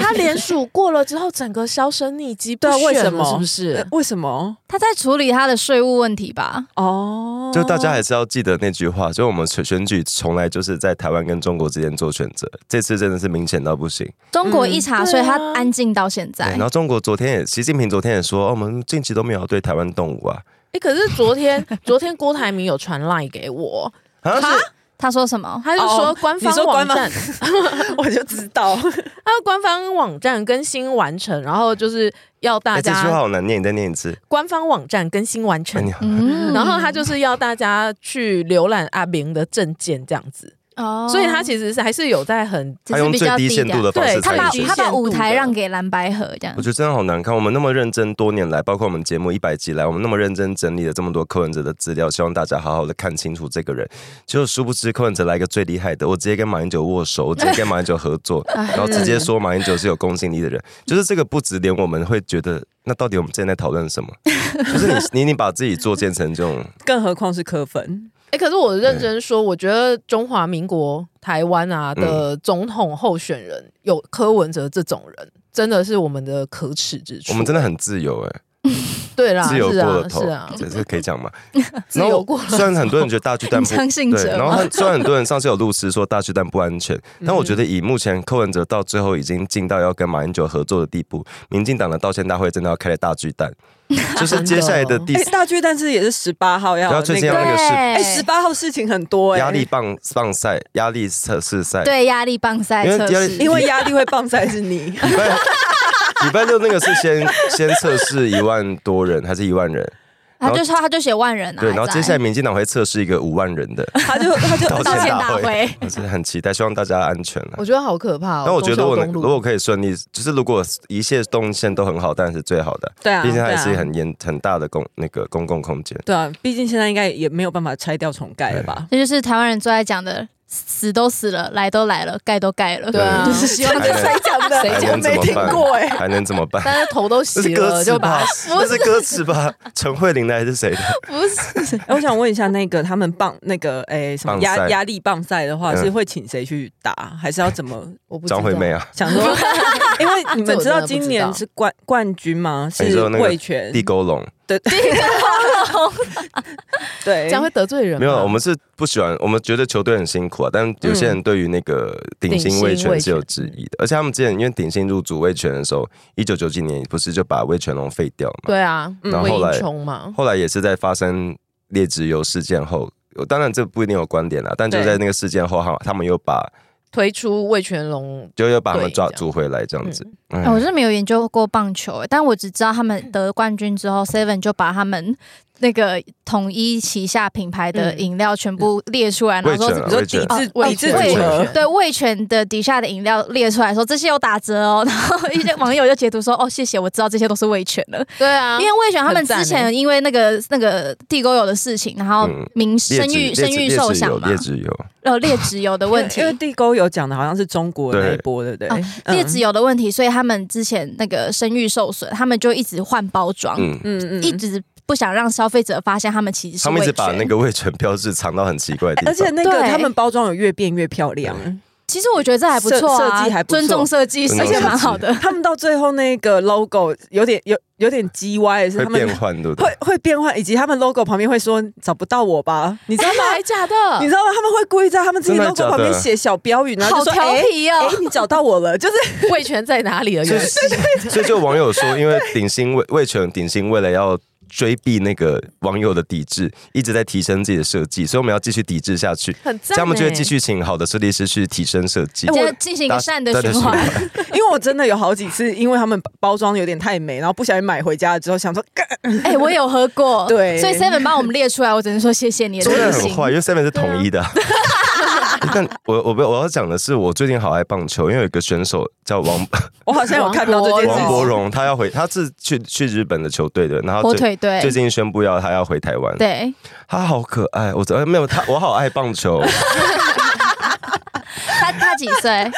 他联署过了之后，整个销声匿迹，不对啊为选什了么是不呃是？为什么？他在处理他的税务问题吧？哦，就大家还是要记得那句话，就我们选选举从来就是在台湾跟中国之间做选择，这次真的是明显到不行。中国一查嗯税，对啊他安静到现对，在然。后中国昨天也，习近平昨天也说，哦我们近期都没有对台湾动武啊，哎，可是昨天 昨天郭台铭有传 line 给我，啊，是他说什么？他就说哦官你说方官网方站， 我就知 道，他的官方网站更新完成，然后就是要大哎，这句话家好难念，你再念一次。官方网站更新完哎成你，嗯然后他就是要大家去浏览阿明的证件这样子。哦所以他其实是还是有在很只他是用比最较低低限度调的方对式他参把与极进他去。把限舞度台的让给蓝白河这样我。觉得真的好难看。我们那么认真多年来，包括我们节目一百集来，我们那么认真整理了这么多柯文哲的资料，希望大家好好的看清楚这个人。结果殊不知柯文哲来一个最厉害的，我直接跟马英九握手， 我直接跟马英九合作，然后直接说马英九是有公信力的人。就是这个不止，连我们会觉得，那到底我们现在在讨论什 么？就是你你你把自己作践成这 种，更何况是科粉，哎、可是我认真说，我觉得中华民国台湾嗯啊的总统候选人、有柯文哲这种人，真的是我们的可耻之处。我们真的很自由哎、对啦，自由是过了啊，头，是啊，这这可以讲吗？自由过了然后虽然很多人觉得大巨蛋不你相信者对，然后吗很虽然很多人上次有路痴说大巨蛋不安全，但我觉得以目前柯文哲到最后已经进到要跟马英九合作的地步，民进党的道歉大会真的要开在大巨蛋，就是接下来的第哎、大巨蛋是也是十八号要然后那最近要那个，个是哎，十八号事情很多哎、压力棒棒赛、压力测试赛，对压力棒赛因为测压力试，因为压力会棒赛是你， 礼拜礼拜六那个是先先测试一万多人还是一万人？他就说他就写万人啊，对，然后接下还来民进党会测试一个五万人的他就他就道在道歉歉大大会，会，我真的很期待，希望大家安全啊了我。觉得好可怕、哦。但我觉得如忠果孝能东如路果可以顺利，就是如果一切动线都很好，当然是最好的。对啊，毕竟它也是对啊很严很大的公那个公共空间。对啊，毕竟现在应该也没有办法拆掉重盖了 吧？ 这就是台湾人最爱讲的，死都死了，来都来了，盖都盖了，对啊对，就是希望还能讲谁还讲能我怎没么听办？过哎、还能怎么 办？但是头 都那是洗歌了，词就把 吧？那是歌词吧？陈慧琳的还是谁的？ 不是 哎我想问一下，那个他们棒那个诶、什么棒赛压压力棒赛的话，嗯是会请谁去打，还是要怎么我不知道张惠妹啊，想说？因为你们知道今年是冠冠军吗？哎你是说那个魏权地沟龙对 对这样会得罪人吧。没有，我们是不喜欢，我们觉得球队很辛苦啊。但有些人对于那个顶嗯顶薪薪卫权味是有全质疑的，而且他们之前因为顶薪入主卫权的时候，一九九几年不是就把魏全龙废掉嘛？对啊，嗯然后魏后来应冲嘛，后来也是在发生劣质油事件后，呃当然这不一定有观点啦，但就对在那个事件后，哈，他们又把推出魏全龙，就又把他们对抓这样住回来这样子。哎我嗯，是没有研究过棒球、欸，但我只知道他们得冠军之后，Seven 就把他们那个统一旗下品牌的饮料全部列出来，然后味全你说说啊魏抵权制哦抵制魏组权合，对味全的底下的饮料列出来说这些有打折哦，然后一些网友就截图说哦谢谢，我知道这些都是味全了，对啊，因为味全他们很赞之前欸因为那个那个地沟油的事情，然后嗯民生劣育质生育受伤嘛劣，质油，呃劣质油的问题因为，地沟 有讲的好像是中国的那一对波，对不对啊？嗯劣质油的问题，所以他们之前那个生育受损，他们就一直换包装。嗯。嗯嗯一直不想让消费者发现他们其实是他们一直味把全。那个味全标志藏到很奇怪的地哎而且方，那个对他们包装有越变越漂亮，其实我觉得这还不错啊，设设计还不错尊重设计，尊而重设计且蛮 好的。他们到最后那个 logo 有点有有点叽歪，是会他们变换，对不对？会会变换，以及他们 logo 旁边会说找不到我 吧，你知道真的吗？还假的？ 你知道吗？他们会故意在他们自己真的 logo 假的旁边写小标语，然后好就说：“调哎皮哦哎、你找到我了！”就是魏权在哪 里了？所原以来是所以就网友说，因为顶薪魏魏权顶薪为了要追避那个网友的抵制，一直在提升自己的设计，所以我们要继续抵制下去，很这赞欸，样我们就会继续请好的设计师去提升设计。今天进行一个善的循大家环，因为我真的有好几次，因为他们包装有点太美，然后不小心买回家了之后，想说干哎、我有喝过，对所以 Seven 帮我们列出来，我只能说谢谢你的真的提很醒。坏，因为 Seven 是统一的 啊、但我我不我要讲的是，我最近好爱棒球，因为有一个选手叫王我好像有看到这件王 王事柏荣，他要回，他是去去日本的球队的，然后火最腿队最，近宣布要他要回台湾，对，他好可爱，我真没有他，我好爱 棒球。他他 几岁？哎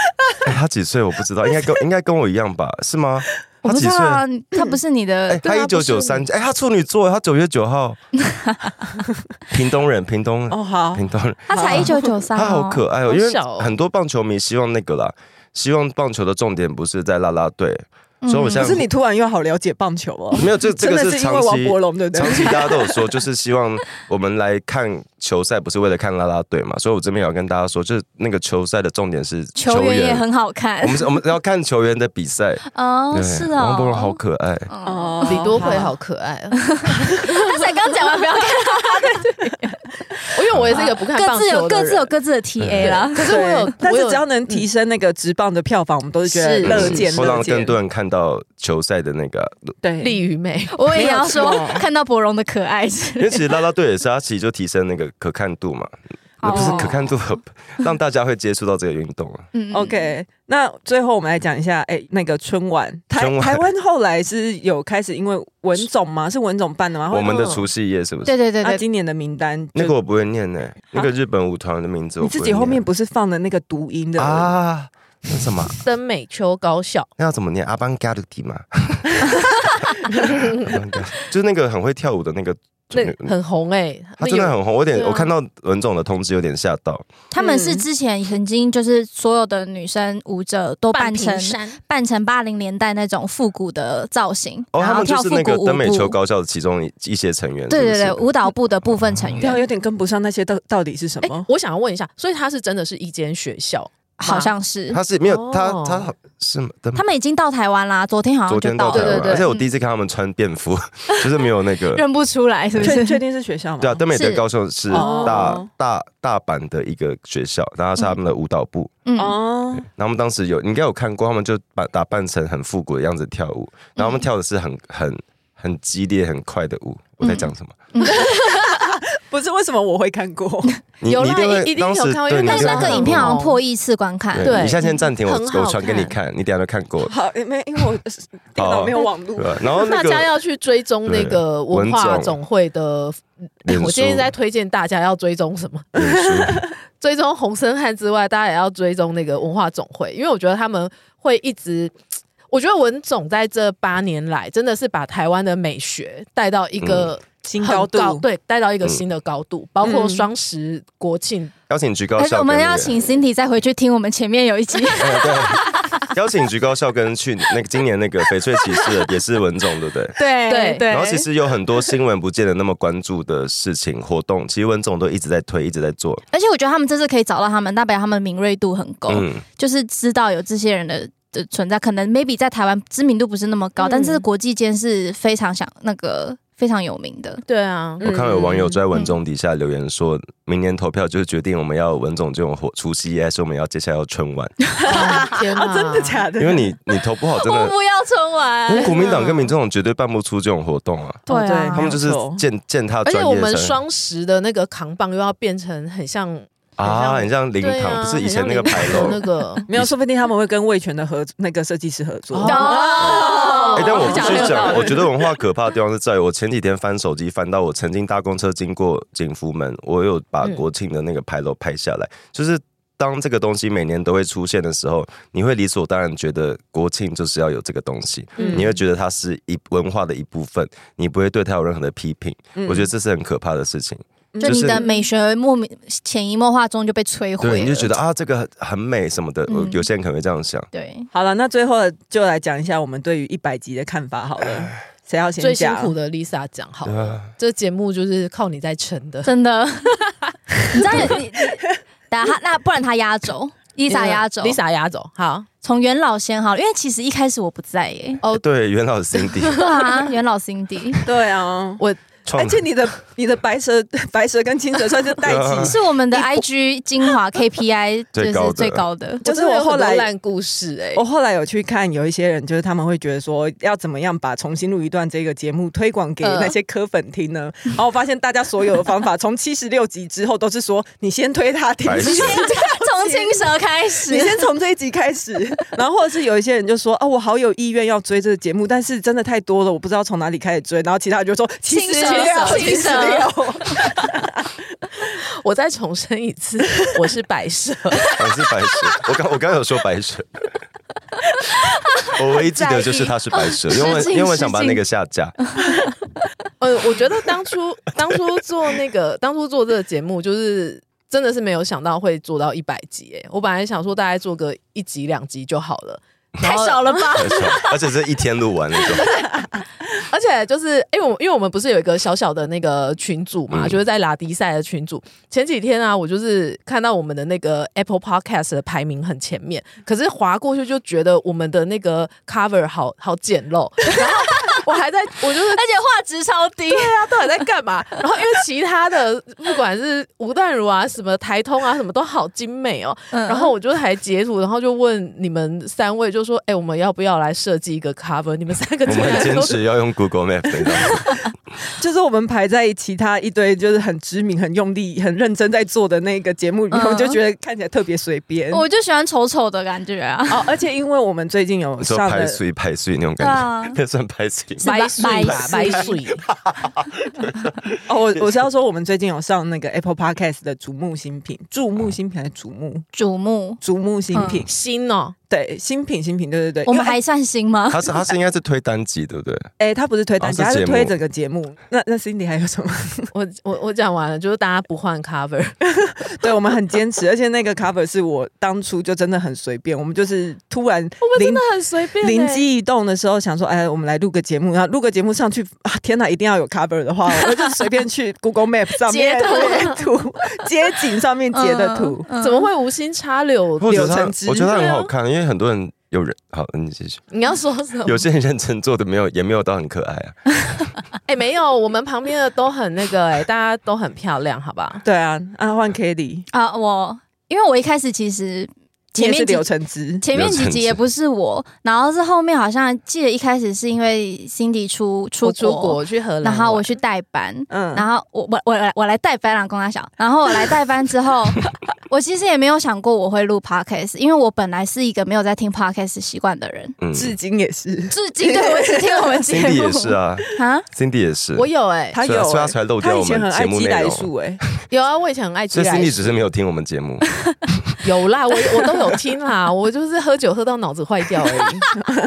他几岁我不知道，应该跟应该跟我一样吧？是吗？我他不几知岁道？啊，他不是你的，哎，他对啊一九九，三，哎，他处女座，他九月 九号，屏东人，屏东人，哦，好，屏东人，他才一九九三，啊他好可爱哦，好因为小哦很多棒球迷希望那个啦，希望棒球的重点不是在啦啦队，嗯所以我现可在是你突然又好了解棒球哦，没有这这真的个是因为长王期柏龙对不长对？期大家都有说， 就是希望我们来看球赛，不是为了看啦啦队嘛，所以我这边也要跟大家说，就是那个球赛的重点是球员也很好看 我们是我们要看球员的比赛，哦，对是哦，王柏荣好可爱，哦，李多惠好可爱啊！他才刚讲完，不要看，因为我也是一个不看各棒自有球的各自有人，各自的 TA 啦。可是我有但我是有只要能提升那个直棒的票房，我们都是觉得是乐嗯见会乐让更见。多人看到球赛的那 个啊，对，利于美，我也要没说有错 看到博荣的可爱是因为其实啦啦队也是，它其实就提升那个可看度嘛，那不是哦可看度的，让大家会接触到这个运动啊。嗯嗯 OK，那最后我们来讲一下，哎、那个春晚，台春晚台湾后来是有开始，因为文总嘛，是文总办的嘛，我然后们的除夕夜是不是？对对对他啊对，今年的名单就，那个我不会念呢、那个日本舞团的名字我你不自会念己后面不是放的那个读音的啊？那什么？登美秋高 校，那要怎么念？阿邦加鲁迪吗？就是那个很会跳舞的那个，那很红哎、欸，他那真有的很红。我有点，对啊我看到文总的通知有点吓到。他们是之前曾经就是所有的女生舞者都扮成半屏山扮成八零年代那种复古的造型，哦，然他后们就跳是复那古个舞登美秋步。高校的其中一一些成员。对对是对，不是舞蹈部的部分成对啊，员有点跟不上那些到到底是什哎、么。我想要问一下，所以它是真的是一间学校？好像是他是没有他哦他是吗登 他们已经到台湾啦，昨天好像昨就天到台了湾，对对对而且我第一次看他们穿便服， 就是没有那个。嗯认不出来，是不确是？确定哎是学校吗？ 对啊，登美德是高校是哦大大大阪的一个学校，然后是他们的舞蹈部。嗯，哦，然后他们当时有，你应该有看过，他们就把打扮成很复古的样子跳舞，然后他们跳的是很很很激烈、很快的舞。我在讲什么？嗯不是为什么我会看 过？你有啦你定一会一定有当时看过因对，为 你但一是定那有个看影片过好像破亿次观看，对对你现在先暂停，我很好我传给你看，你等一下就看 过了。好，诶没，因为我电脑没有网络啊对。啊吧然后哦那大个家要去追踪那个文化总会的。脸书我今天在推荐大家要追踪什么？ 脸书追踪洪森汉之外，大家也要追踪那个文化总会，因为我觉得他们会一直。我觉得文总在这八年来，真的是把台湾的美学带到一个新很高度，对，带到一个嗯新的高度，包括嗯双十国庆邀请局高而且校，我们要请 Cindy 再回去听我们前面有一 集，哦对， 邀请局高校跟去那个今年那个翡翠骑士也是文总，对不对？对对对。然后其实有很多新闻不见得那么关注的事情活动，其实文总都一直在推，一直在做。而且我觉得他们这次可以找到他们，代表他们敏锐度很够，嗯，就是知道有这些人的的存在，可能 maybe 在台湾知名度不是那么高，嗯但是国际间是非常想那个非常有名的。对 啊，我看到有网嗯友就在文总底下留言说，明年投票就是决定我们要文总这种活除夕夜，还是我们要接下来要 春晚？哦天啊，哪真的假的？因为你你投不好，真的，不要春晚因为国民党跟民众绝对办不出这种活动啊。哦对啊他们就是没有错践践踏而且专我业们才能双十的那个扛棒又要变成很像啊，很很像灵对堂，啊不是以前那个很像牌灵堂的楼 那。个没有，说不定他们会跟魏全的合那个设计师合作。哦哦哎、但我必讲得有须道讲，理我觉得文化可怕的地方是在于，我前几天翻手机翻到我曾经搭公车经过景福门，我有把国庆的那个牌楼拍下来。就是当这个东西每年都会出现的时候，你会理所当然觉得国庆就是要有这个东西，嗯你会觉得它是一文化的一部分，你不会对它有任何的批评。嗯我觉得这是很可怕的事情。就就是你的美学莫名潜移默化中就被摧毁了，对，你就觉得啊，这个很很美什么的，嗯有些人可能会这样想。对。好了，那最后就来讲一下我们对于一百集的看法好了。谁要先最辛讲？苦的 Lisa 讲好对啊了，这节目就是靠你在撑的。真的， 你知道有你，打他那不然他压轴，Lisa 压轴，Lisa 压轴，好，从元老先好了，因为其实一开始我不在耶，哦对，袁老 师 Cindy 对啊，元老 Cindy 对啊，创而且你的你的白蛇白蛇跟青蛇算是带 几，是我们的你不 IG 精华 KPI 就最是高的最高的， 就是真的有我后很多来烂故事哎我，后来有去看，有一些人就是他们会觉得说，要怎么样把《重新录一段》这个节目推广给嗯那些科粉听呢？然后我发现大家所有的方法，从七十六集之后都是说，你先推他听，白你痴先从青蛇开始，你先从这一集开 始。然后或者是有一些人就说，哦，我好有意愿要追这个节目，但是真的太多了，我不知道从哪里开始追。然后其他人就说七十青蛇六，七青十蛇六，我再重申一次，我是白蛇，我是白蛇，我刚我刚有说白蛇，我唯一记得就是他是白蛇，因为我失敬因为我想把那个下架，呃，我觉得当初当初做那个当初做这个节目，就是真的是没有想到会做到一百集哎、我本来想说大概做个一集两集就好了，太少了吧？没错，而且是一天录完那种，而且就是因为我因为我们不是有一个小小的那个群组嘛，嗯就是在拉迪赛的群组。前几天啊，我就是看到我们的那个 Apple Podcast 的排名很前面，可是划过去就觉得我们的那个 cover 好好简陋，然后我还 在我就是而且画质超低，他到底在干嘛？然后因为其他的不管是吴淡如啊、什么台通啊、什么都好精美哦。嗯然后我就还截图，然后就问你们三位，就说：“哎、我们要不要来设计一个 cover？” 你们三个我竟们然很坚都持要用 Google Map 那种， 就是我们排在其他一堆就是很知名、很用力、很认真在做的那个节目里面，嗯哦我就觉得看起来特别随便。我就喜欢丑丑的感觉啊。哦，而且因为我们最近有你说上拍了，碎拍碎那种对感觉， 啊，那算拍碎。是吧白水吧，白白水水，哦，我我是要说我们最近有上那个 Apple Podcast 的瞩目新品，注目新品还是瞩目？瞩目。瞩目新品，新哦，对，新品新品，对对对。嗯我们因为还算新吗？他是他是应该是推单集对不对？哎，他不是推单集，哦他是节是目推整个节目。那那 Cindy 还有什么？ 我我我讲完了，就是大家不换 cover，对我们很坚持，而且那个 cover 是我当初就真的很随便，我们就是突然灵很随便欸欸灵机一动的时候想说，哎，我们来录个节目，然后录个节目上去啊，天哪，一定要有 cover 的话，我就随便去 Google Map 上面截图图街景上面截的图，嗯怎么？会无心插柳？或者他柳橙汁我觉得他很对啊好看，因为很多人有人好，你继续。你要说什么？ 有些人认真做的没有，也没有到很可爱啊。哎、没有，我们旁边的都很那个、哎，大家都很漂亮，好嗯吧？对啊，啊，换 k a t i e 啊，我因为我一开始其实前也是面几柳橙汁，前面几集也不是我，然后是后面好像记得一开始是因为 Cindy 出出我出国去荷兰玩，然后我去代班。嗯，然后我我我来我来代班啦，公大小。然后我来代班之 后，我其实也没有想过我会录 podcast，因为我本来是一个没有在听 podcast 习惯的人。嗯至今也是，至今对我只听我们节目，Cindy 也是啊啊， ，Cindy 也是。我有哎、他所以有、欸所以他才漏掉他以我前们很节爱目鸡内来容。 素哎、有啊，我以前很爱吃所以来 Cindy 只是没有听我们节目，有啦，我我都有听啦，我就是喝酒喝到脑子坏掉而 已。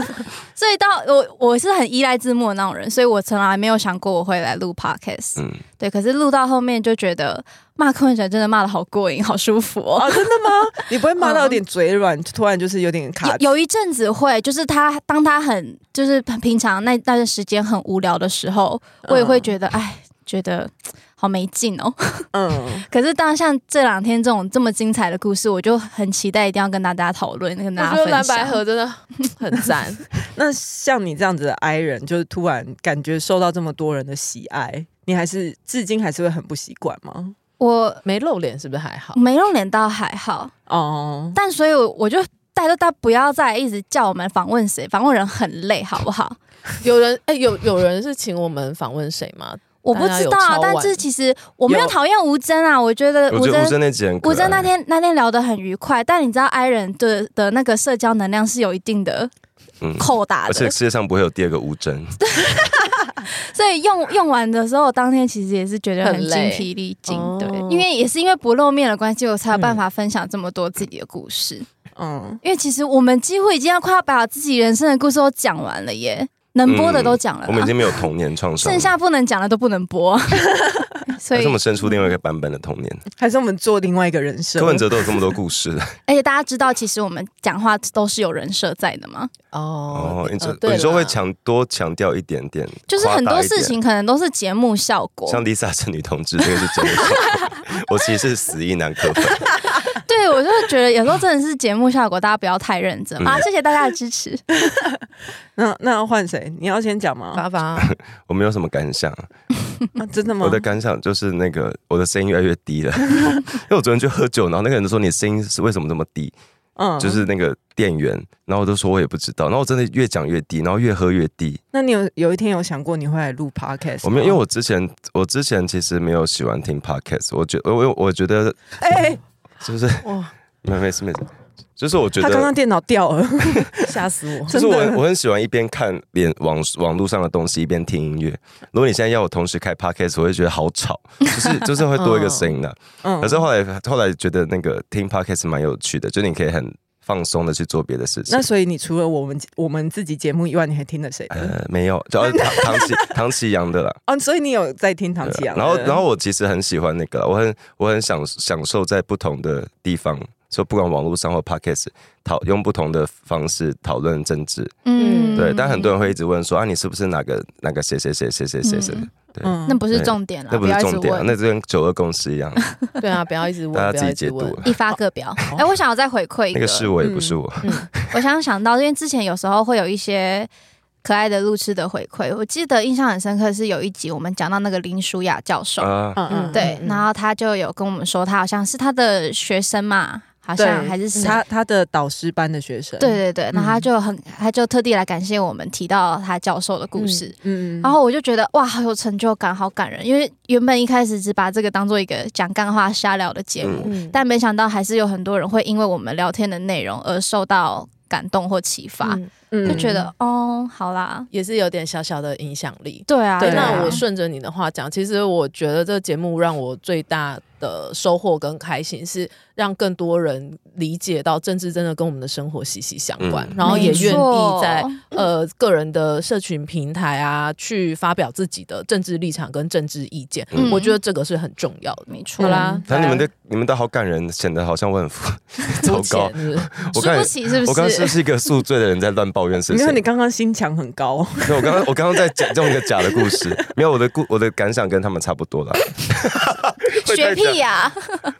所以到我我是很依赖字幕的那种人，所以我从来没有想过我会来录 podcast。嗯，对，可是录到后面就觉得骂柯文哲真的骂的好过瘾，好舒服哦。啊，真的吗？你不会骂到有点嘴软，突然就是有点卡？嗯有有一阵子会，就是他当他很就是平常那那段时间很无聊的时候，我也嗯会觉得哎、觉得好没劲哦。 嗯，可是当像这两天这种这么精彩的故事，我就很期待一定要跟大家讨论，跟我大家觉得分蓝享。白河真的很赞，那像你这样子的 I 人，就是突然感觉受到这么多人的喜爱，你还是至今还是会很不习惯吗？我没露脸是不是还好？没用脸倒还好，哦，但所以我我就。大家大家不要再一直叫我们访问谁，访问人很累，好不好？有人哎、有有人是请我们访问谁吗？我不知道大家啊，有超但晚是其实我没有有讨厌吴真啊，我觉得我吴觉得吴真真那集很可爱。吴真那天那天聊得很愉快，但你知道 i 人的的那个社交能量是有一定的嗯扣打而且的，世界上不会有第二个吴真，所以用用完的时候，我当天其实也是觉得很很精累疲力尽，哦对，因为也是因为不露面的关系，我才有办法分享这么多自己的故事。嗯，因为其实我们几乎已经要快要把自己人生的故事都讲完了耶，能播的都讲了嗯我们已啦，经没有童年创啊伤了，剩下不能讲的都不能播， 所以还是我们生出另外一个版本的童年。还是我们做另外一个人生？柯文哲都有这么多故事了，而且大家知道，其实我们讲话都是有人设在的嘛。哦哦，你这哦对你说会啦强多强调一点点，呃就是很夸多大一点事情可能都是节目效果，像 Lisa 是女同志，这个是真的。我其实是死意男科粉，对，我就是觉得有时候真的是节目效果，大家不要太认真嗯啊！谢谢大家的支 持。那那要换谁？你要先讲吗？ 发 发，我没有什么感想。啊，真的吗？我的感想就是那个我的声音越来越低了， 因为我昨天去喝酒，然后那个人就说你声音是为什么这么低，嗯就是那个店员，然后我就说我也不知道，然后我真的越讲越低，然后越喝越低。那你有有一天有想过你会来录 podcast？我没有，因为为我之前我之前其实没有喜欢听 podcast，我觉我我我觉得哎、哎就是哇， 没没事没事，就是我觉他刚得刚电脑掉 了，吓死我！就是真我的我很喜欢一边看脸网网络上的东西，一边听音乐。如果你现在要我同时开 podcast，我会觉得好吵，就是就是会多一个声音的、嗯可是后来后来觉得那个听 podcast 蛮有趣的，就你可以很放松的去做别的事情那。所以你除了我们我们自己节目以外，你还听了谁的？呃，没有，就呃唐唐奇唐奇阳的啦。哦，所以你有在听唐奇对啊阳？然后然后我其实很喜欢那个啦，我很我很享享受在不同的地方，说不管网络上或 podcast 讨用不同的方式讨论政治。嗯，对，但很多人会一直问说啊，你是不是哪个哪个谁谁谁谁谁谁谁？嗯对，嗯那不是重点了，那不是要一直重点、啊，问，那就跟九二共识一样， 对啊，不要一直问，大家不自要己一解直读问。了。 一发各表。哦哎，我想要再回馈一那个个，是我，也不是我。我想想到，因为之前有时候会有一些。可爱的路痴的回馈，我记得印象很深刻，是有一集我们讲到那个林舒雅教授，啊，嗯嗯对，嗯嗯然后他就有跟我们说，他好像是他的学生嘛，好像还是谁。他他的导师班的学生，对，对对，那他嗯就很，他就特地来感谢我们提到他教授的故事。嗯然后我就觉得哇，好有成就感，好感人。因为原本一开始只把这个当做一个讲干话、瞎聊的节目，嗯，但没想到还是有很多人会因为我们聊天的内容而受到感动或启发，嗯就就觉得哦，好啦，也是有点小小的影响力。对啊，对，啊那说我顺着你的话讲，其实我觉得这节目让我最大的收获跟开心是让更多人理解到政治真的跟我们的生活息息相关，嗯然后也愿意在没错呃个人的社群平台啊去发表自己的政治立场跟政治意见，嗯我觉得这个是很重要的。没错好啦，那你们的你们的好感人，显得好像我很 肤糟输肤浅。是不是糕我不刚才起是我不刚刚是是不？是一个宿醉的人在乱抱怨事没情有，？你刚刚心墙很高，对我刚刚我刚刚在讲用一个假的故 事，没有我的故我的感想跟他们差不多了。学 会太假屁 呀、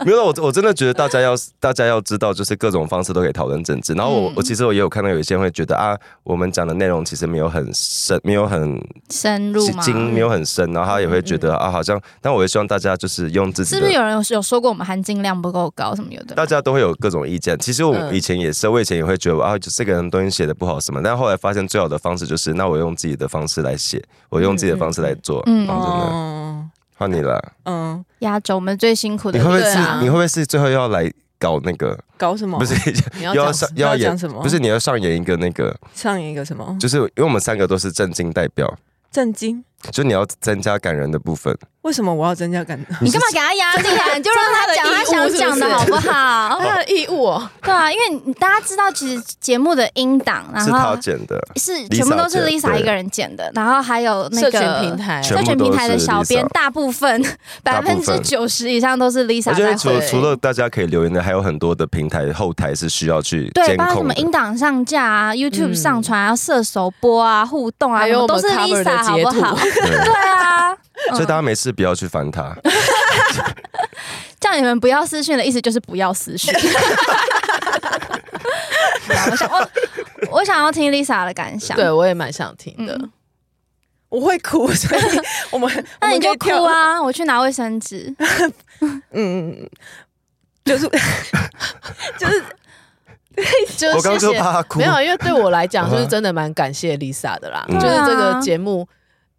没有啦，我我真的觉得大家要大家要知道，就是各种方式都可以讨论政治。然后我、嗯我其实我也有看到有一些人会觉得啊，我们讲的内容其实没有很深，没有很深入吗？精，没有很深，然后他也会觉得、啊，好像。但我也希望大家就是用自 嗯己是不的，是有人有有说过我们含金量不够高什么有的？大家都会有各种意见。其实我嗯以前也是，我以前也会觉得啊，就这个人东西写的不好什么，但后来发现最好的方式就是，那我用自己的方式来写，我用自己的方式来做。嗯嗯，真的，嗯换你了，嗯，压轴我们最辛苦你的会不会对是啊你会不会是最后要来搞那个？搞什么？不是你又要 要讲上什么又要哦要演讲？什么？嗯不是你要上演一个那个，上演一个什么就是因为我们三个都是正经代表，震惊？就你要增加感人的部分。为什么我要增加感？ 你干嘛给他压力 啊？你就让他讲他想讲的好不好？ 他的义务哦，对啊，因为你大家知道，其实节目的音档，然是他后剪的，是 Lisa 全部都是剪 Lisa 对一个人剪的，然后还有那社个群平台啊全社群平台的小编全，部大部分百 大分部之分九十以上都是 Lisa 我觉在得除回。除了大家可以留言的，还有很多的平台后台是需要去对，监包括什控么的。音档上架啊、YouTube 嗯上传啊、射手播啊、互动啊，还有我们都是我们 cover 的 Lisa 好截不图好？对对啊， 所以大家没事不要去烦他，叫你们不要私讯的意思就是不要私 讯。对啊我想我我想要听 Lisa 的感想，对我也蛮想听的。嗯，我会哭，所 以我们那你就我们可哭！以跳啊，我去拿卫生纸。嗯，就是就是就是我刚刚谢就谢怕他哭没。有，因为对我来讲， 好吧就是真的蛮感谢 Lisa 的啦。嗯就是对啊这个节目，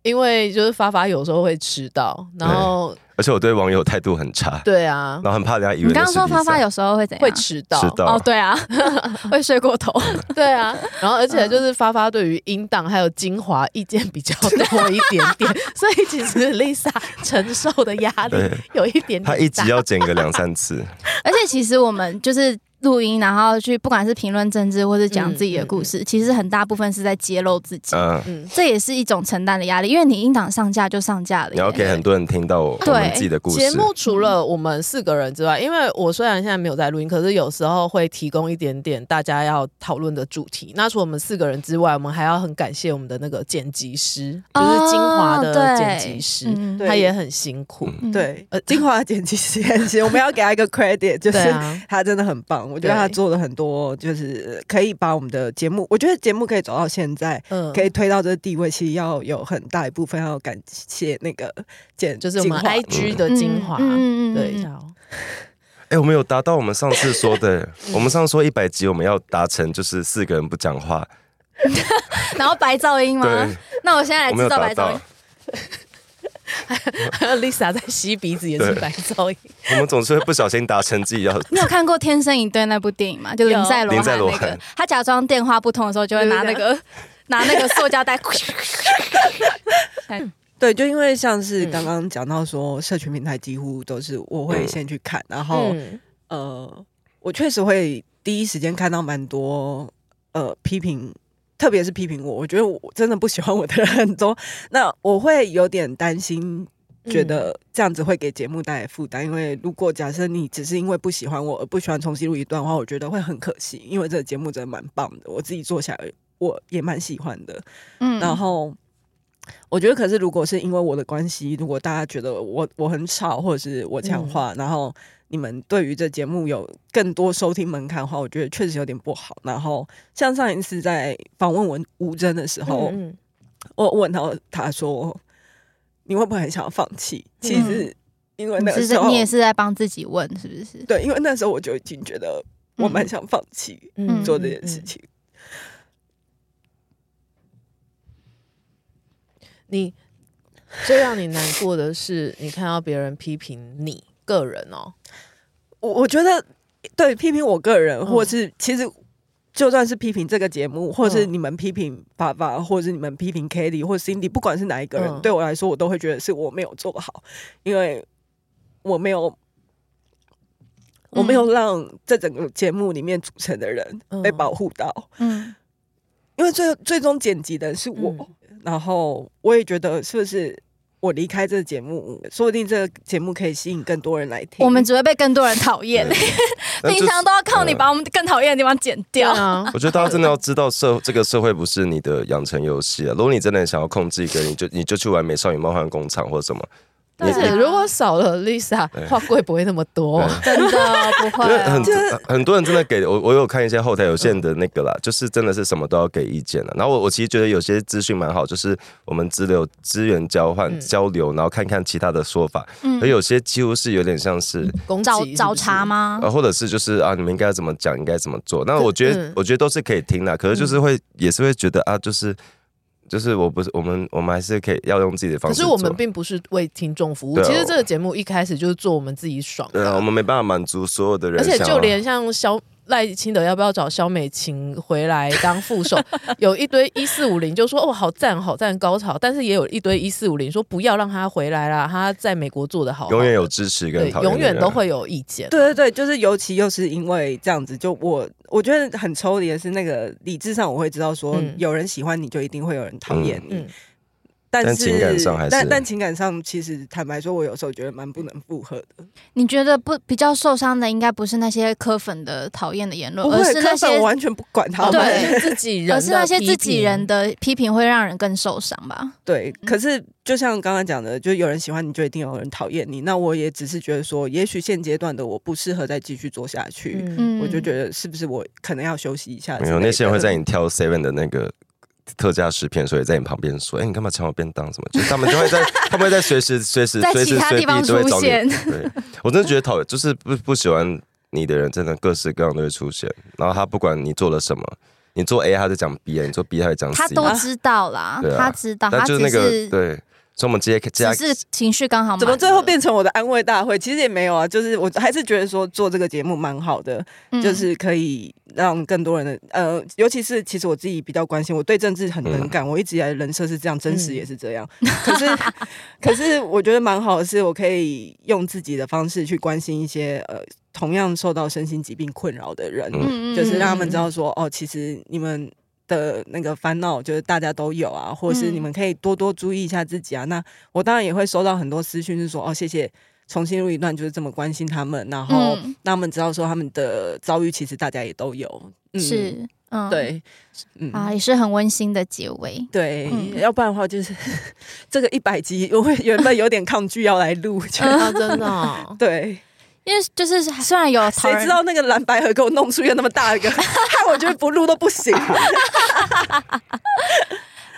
因为就是发发有时候会迟到，然后而且我对网友态度很差，对啊然，后很怕人家以为你刚刚那说是发发 Lisa 有时候会怎样？会迟到，迟到哦，对啊，嗯会睡过头。 对啊。然后而且就是发发对于音档还有精华意见比较多一点点， 所以其实 Lisa 承受的压力对有一点点大。他一集要剪个两三次， 而且其实我们就是录音，然后去不管是评论政治或是讲自己的故事，其实很大部分是在揭露自己，嗯，嗯，这也是一种承担的压力，因为你音档上架就上架了耶。你要给很多人听到我对我们自己的故节事。目除了我们四个人之外，因为我虽然现在没有在录音，可是有时候会提供一点点大家要讨论的主题。那除了我们四个人之外，我们还要很感谢我们的那个剪辑师，就是精华的哦剪辑师，对嗯对他也很辛苦。嗯嗯对，呃，精华剪辑实验室，我们要给他一个 credit，就是对啊，他真的很棒。我觉得对他做了很多，就是可以把我们的节目，我觉得节目可以走到现在，嗯可以推到这个地位，其实要有很大一部分要感谢那个剪，就是我们精华 IG 的精华，嗯嗯嗯嗯对，一嗯下哦哎，我们有达到我们上次说 的，我们上次说一百集我们要达成就是四个人不 讲话，然后白噪音吗？对，那我现在来我制没有造达白噪到音。，还有 Lisa 在吸鼻子也是对白噪音，我们总是会不小心达成自己要你有看过《天生一对》那部电影吗？就林赛罗林赛韩罗那个韩，他假装电话不通的时候，就会拿那个拿那个塑胶袋。 对，就因为像是刚刚讲到说，社群平台几乎都是我会先去看，然后、嗯呃，我确实会第一时间看到蛮多呃批评，特别是批评我，我觉得我真的不喜欢我的人很多，那我会有点担心。觉得这样子会给节目带来负担，因为如果假设你只是因为不喜欢我而不喜欢重新录一段的话，我觉得会很可惜，因为这个节目真的蛮棒的，我自己做起来我也蛮喜欢的。嗯然后我觉得，可是如果是因为我的关系，如果大家觉得我我很吵，或者是我嗯讲话，然后你们对于这节目有更多收听门槛的话，我觉得确实有点不好。然后像上一次在访问文吴真的时候，嗯我问到他说：“你会不会很想要放弃？”其实因为你那个嗯是时在候，你也是在帮自己问，是不是？对，因为那时候我就已经觉得我蛮想放弃嗯做这件事情。你最让你难过的是，你看到别人批评你个人哦，我我觉得对批评我个人，嗯或是其实就算是批评这个节目，或是嗯你们批评爸爸，或是你们批评 Kitty 或 Cindy，不管是哪一个人，嗯对我来说，我都会觉得是我没有做好，因为我没有。我没有让这整个节目里面组成的人嗯被保护到，嗯因为最最终剪辑的是我，嗯然后我也觉得是不是我离开这个节目，说不定这个节目可以吸引更多人来听。我们只会被更多人讨厌， 但平就是常都要靠你 把我们更讨厌的地方剪掉。 啊，嗯我觉得大家真的要知道社这个社会不是你的养成游戏啊。如果你真的想要控制一个人，你就你就去玩《美少女梦幻工厂》或者什么。你对啊但 是如果少了 Lisa，话柜不会那么多。真的不因会为啊、很很多人真的给我，我有看一些后台有线的那个啦，就是真的是什么都要给意见啊的。然后我我其实觉得有些资讯蛮好，就是我们资流资源交换、嗯交流，然后看看其他的说法。嗯而有些几乎是有点像是攻击啊找是不是找茬哦吗？啊，或者是就是啊，你们应该怎么讲，应该怎么做？那我觉得，嗯我觉得都是可以听的，可是就是会、也是会觉得啊，就是就是我不是我们我们还是可以要用自己的方可式是做。我们并不是为听众服务，对啊其实这个节目一开始就是做我们自己爽对的啊，我啊，们没办法满足所有的人啊而想且要，就连像肖赖清德要不要找肖美琴回来当副 手，有一堆一四五零就说哦好赞好赞高潮，但是也有一堆一四五零说不要让他回来啦，他在美国做的好好的，永远有支持跟对讨，厌的永人，啊远都会有意见。对对对，就是尤其又是因为这样子，就我我觉得很抽离的是那个理智上，我会知道说嗯有人喜欢你就一定会有人讨厌你，嗯嗯但是但情感上还是但但情感上其实坦白说，我有时候觉得蛮不能负荷的。你觉得不比较受伤的，应该不是那些科粉的讨厌的言论，不哦而会，是那科些哦粉我完全不管他好吧们。对自己人，而是那些自己人。的批评会让人更受伤吧？对，可是就像刚刚讲的，就有人喜欢你就一定有人讨厌你。那我也只是觉得说，也许现阶段的我不适合再继续做下去，嗯，嗯，我就觉得是不是我可能要休息一下之类没的？有那些人会在你挑 seven 的那个。特价食品，所以在你旁边说：“哎、你干嘛抢我便当？”什么？就是他们就会在，他们会在随时、随时、在随其时、他随地方地都出会找你。现。对我真的觉得讨厌，就是不不喜欢你的人，真的各式各样都会出现。然后他不管你做了什么，你做 A 他就讲 B 啊，你做 B 他就哦讲 C，他都知道啦对，啊他知道，但他就只是那个是对，所以我们直接加只是情绪刚好怎么满最后变成我的安慰大会？其实也没有啊，就是我还是觉得说做这个节目蛮好的，嗯就是可以让更多人的呃，尤其是其实我自己比较关心，我对政治很嗯敏感，我一直以来的人设是这样，真实嗯也是 这样。可是，可是我觉得蛮好的是，我可以用自己的方式去关心一些呃，同样受到身心疾病困扰的人，嗯嗯就是让他们知道说，哦，其实你们的那个烦恼，就是大家都有啊，或者是嗯你们可以多多注意一下自己啊。那我当然也会收到很多私讯，是说，哦，谢谢。重新录一段，就是这么关心他们，然后嗯让他们知道说他们的遭遇其实大家也都有。嗯，是嗯对，嗯啊，也是很温馨的结尾。对，嗯要不然的话就是 这个一百集，我会原本有点抗拒要来录，觉嗯得啊，真的哦对，因为就是虽然有讨谁人知道那个蓝白盒给我弄出一个那么大一个， 害我觉得不录都不 行。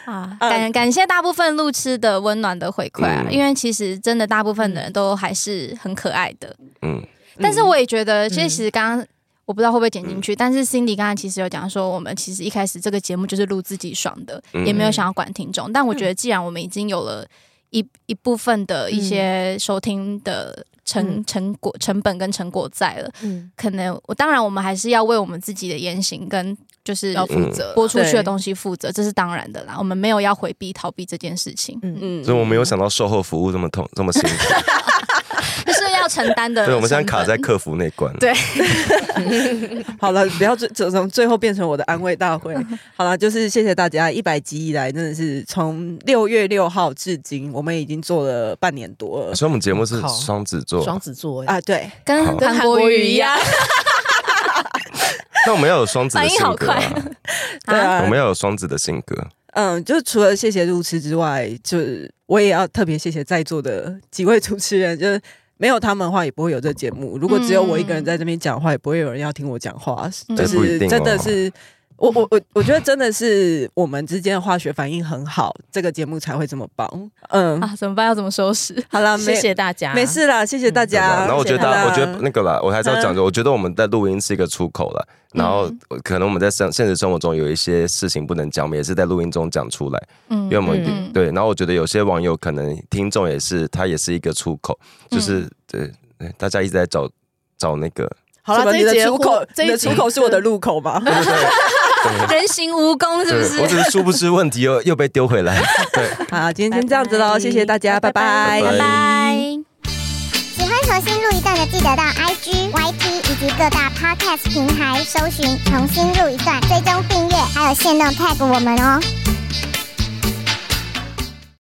啊，嗯感感谢大部分路痴的温暖的回馈啊，嗯因为其实真的大部分的人都还是很可爱的，嗯，嗯但是我也觉得，其实刚刚。我不知道会不会剪进去，但是 Cindy 刚才其实有讲说，我们其实一开始这个节目就是录自己爽的，嗯也没有想要管听众。但我觉得，既然我们已经有了一一部分的嗯一些收听的成、嗯成果、成本跟成果在了，嗯，可能我当然我们还是要为我们自己的言行跟就是嗯要负责播出去的西。东西负责，这是当然的啦。我们没有要回避、逃避这件事情，嗯，嗯所以我没有想到售后服务这么痛，这么辛苦。就是要承担的。 对，我们现在卡在。客服那 关。对好了，不要最最从最后变成我的安慰大会。好了，就是谢谢大家，一百集以来真的是从六月六号至今，我们已经做了半年多了所以我们节目是好双子座，双子座哎，啊。对，跟好韩国瑜一样，那我们要有双子的反应好性格啊、 对啊啊，我们要有双子的性格。嗯，就是除了谢谢路痴之外，就是我也要特别谢谢在座的几位主持人，就是没有他们的话，也不会有这节目。如果只有我一个人在这边讲话，也不会有人要听我讲话。嗯就对不一是定哦真的是我我我我觉得真的是我们之间的化学反应很好，这个节目才会这么棒。嗯，啊，怎么办？要怎么收 拾？好啦，哎谢没谢大家，没事啦，谢谢大对吧家。然后我觉得大家，谢谢我觉得啦嗯那个啦，我还是要嗯讲着，我觉得我们在录音是一个出口了。然后可能我们在生现实生活中有一些事情不能讲，我们也是在录音中讲出来，嗯因为我们、嗯对。然后我觉得有些网友可能听众也是，他也是一个出口，就是、嗯对对，大家一直在找找那 个，好什了，么这你一的节出口，这你一的集出口是我的入口吗？对对人形蜈蚣是不对，对我只是？是殊不知问题又又被丢回来，对。 好，今天先这样子喽，谢谢大家，拜拜。拜拜。喜欢重新录一段的，记得到 IG、YT 以及各大 Podcast 平台搜寻“重新录一段”，追踪订阅，还有限定 tag 我们哦。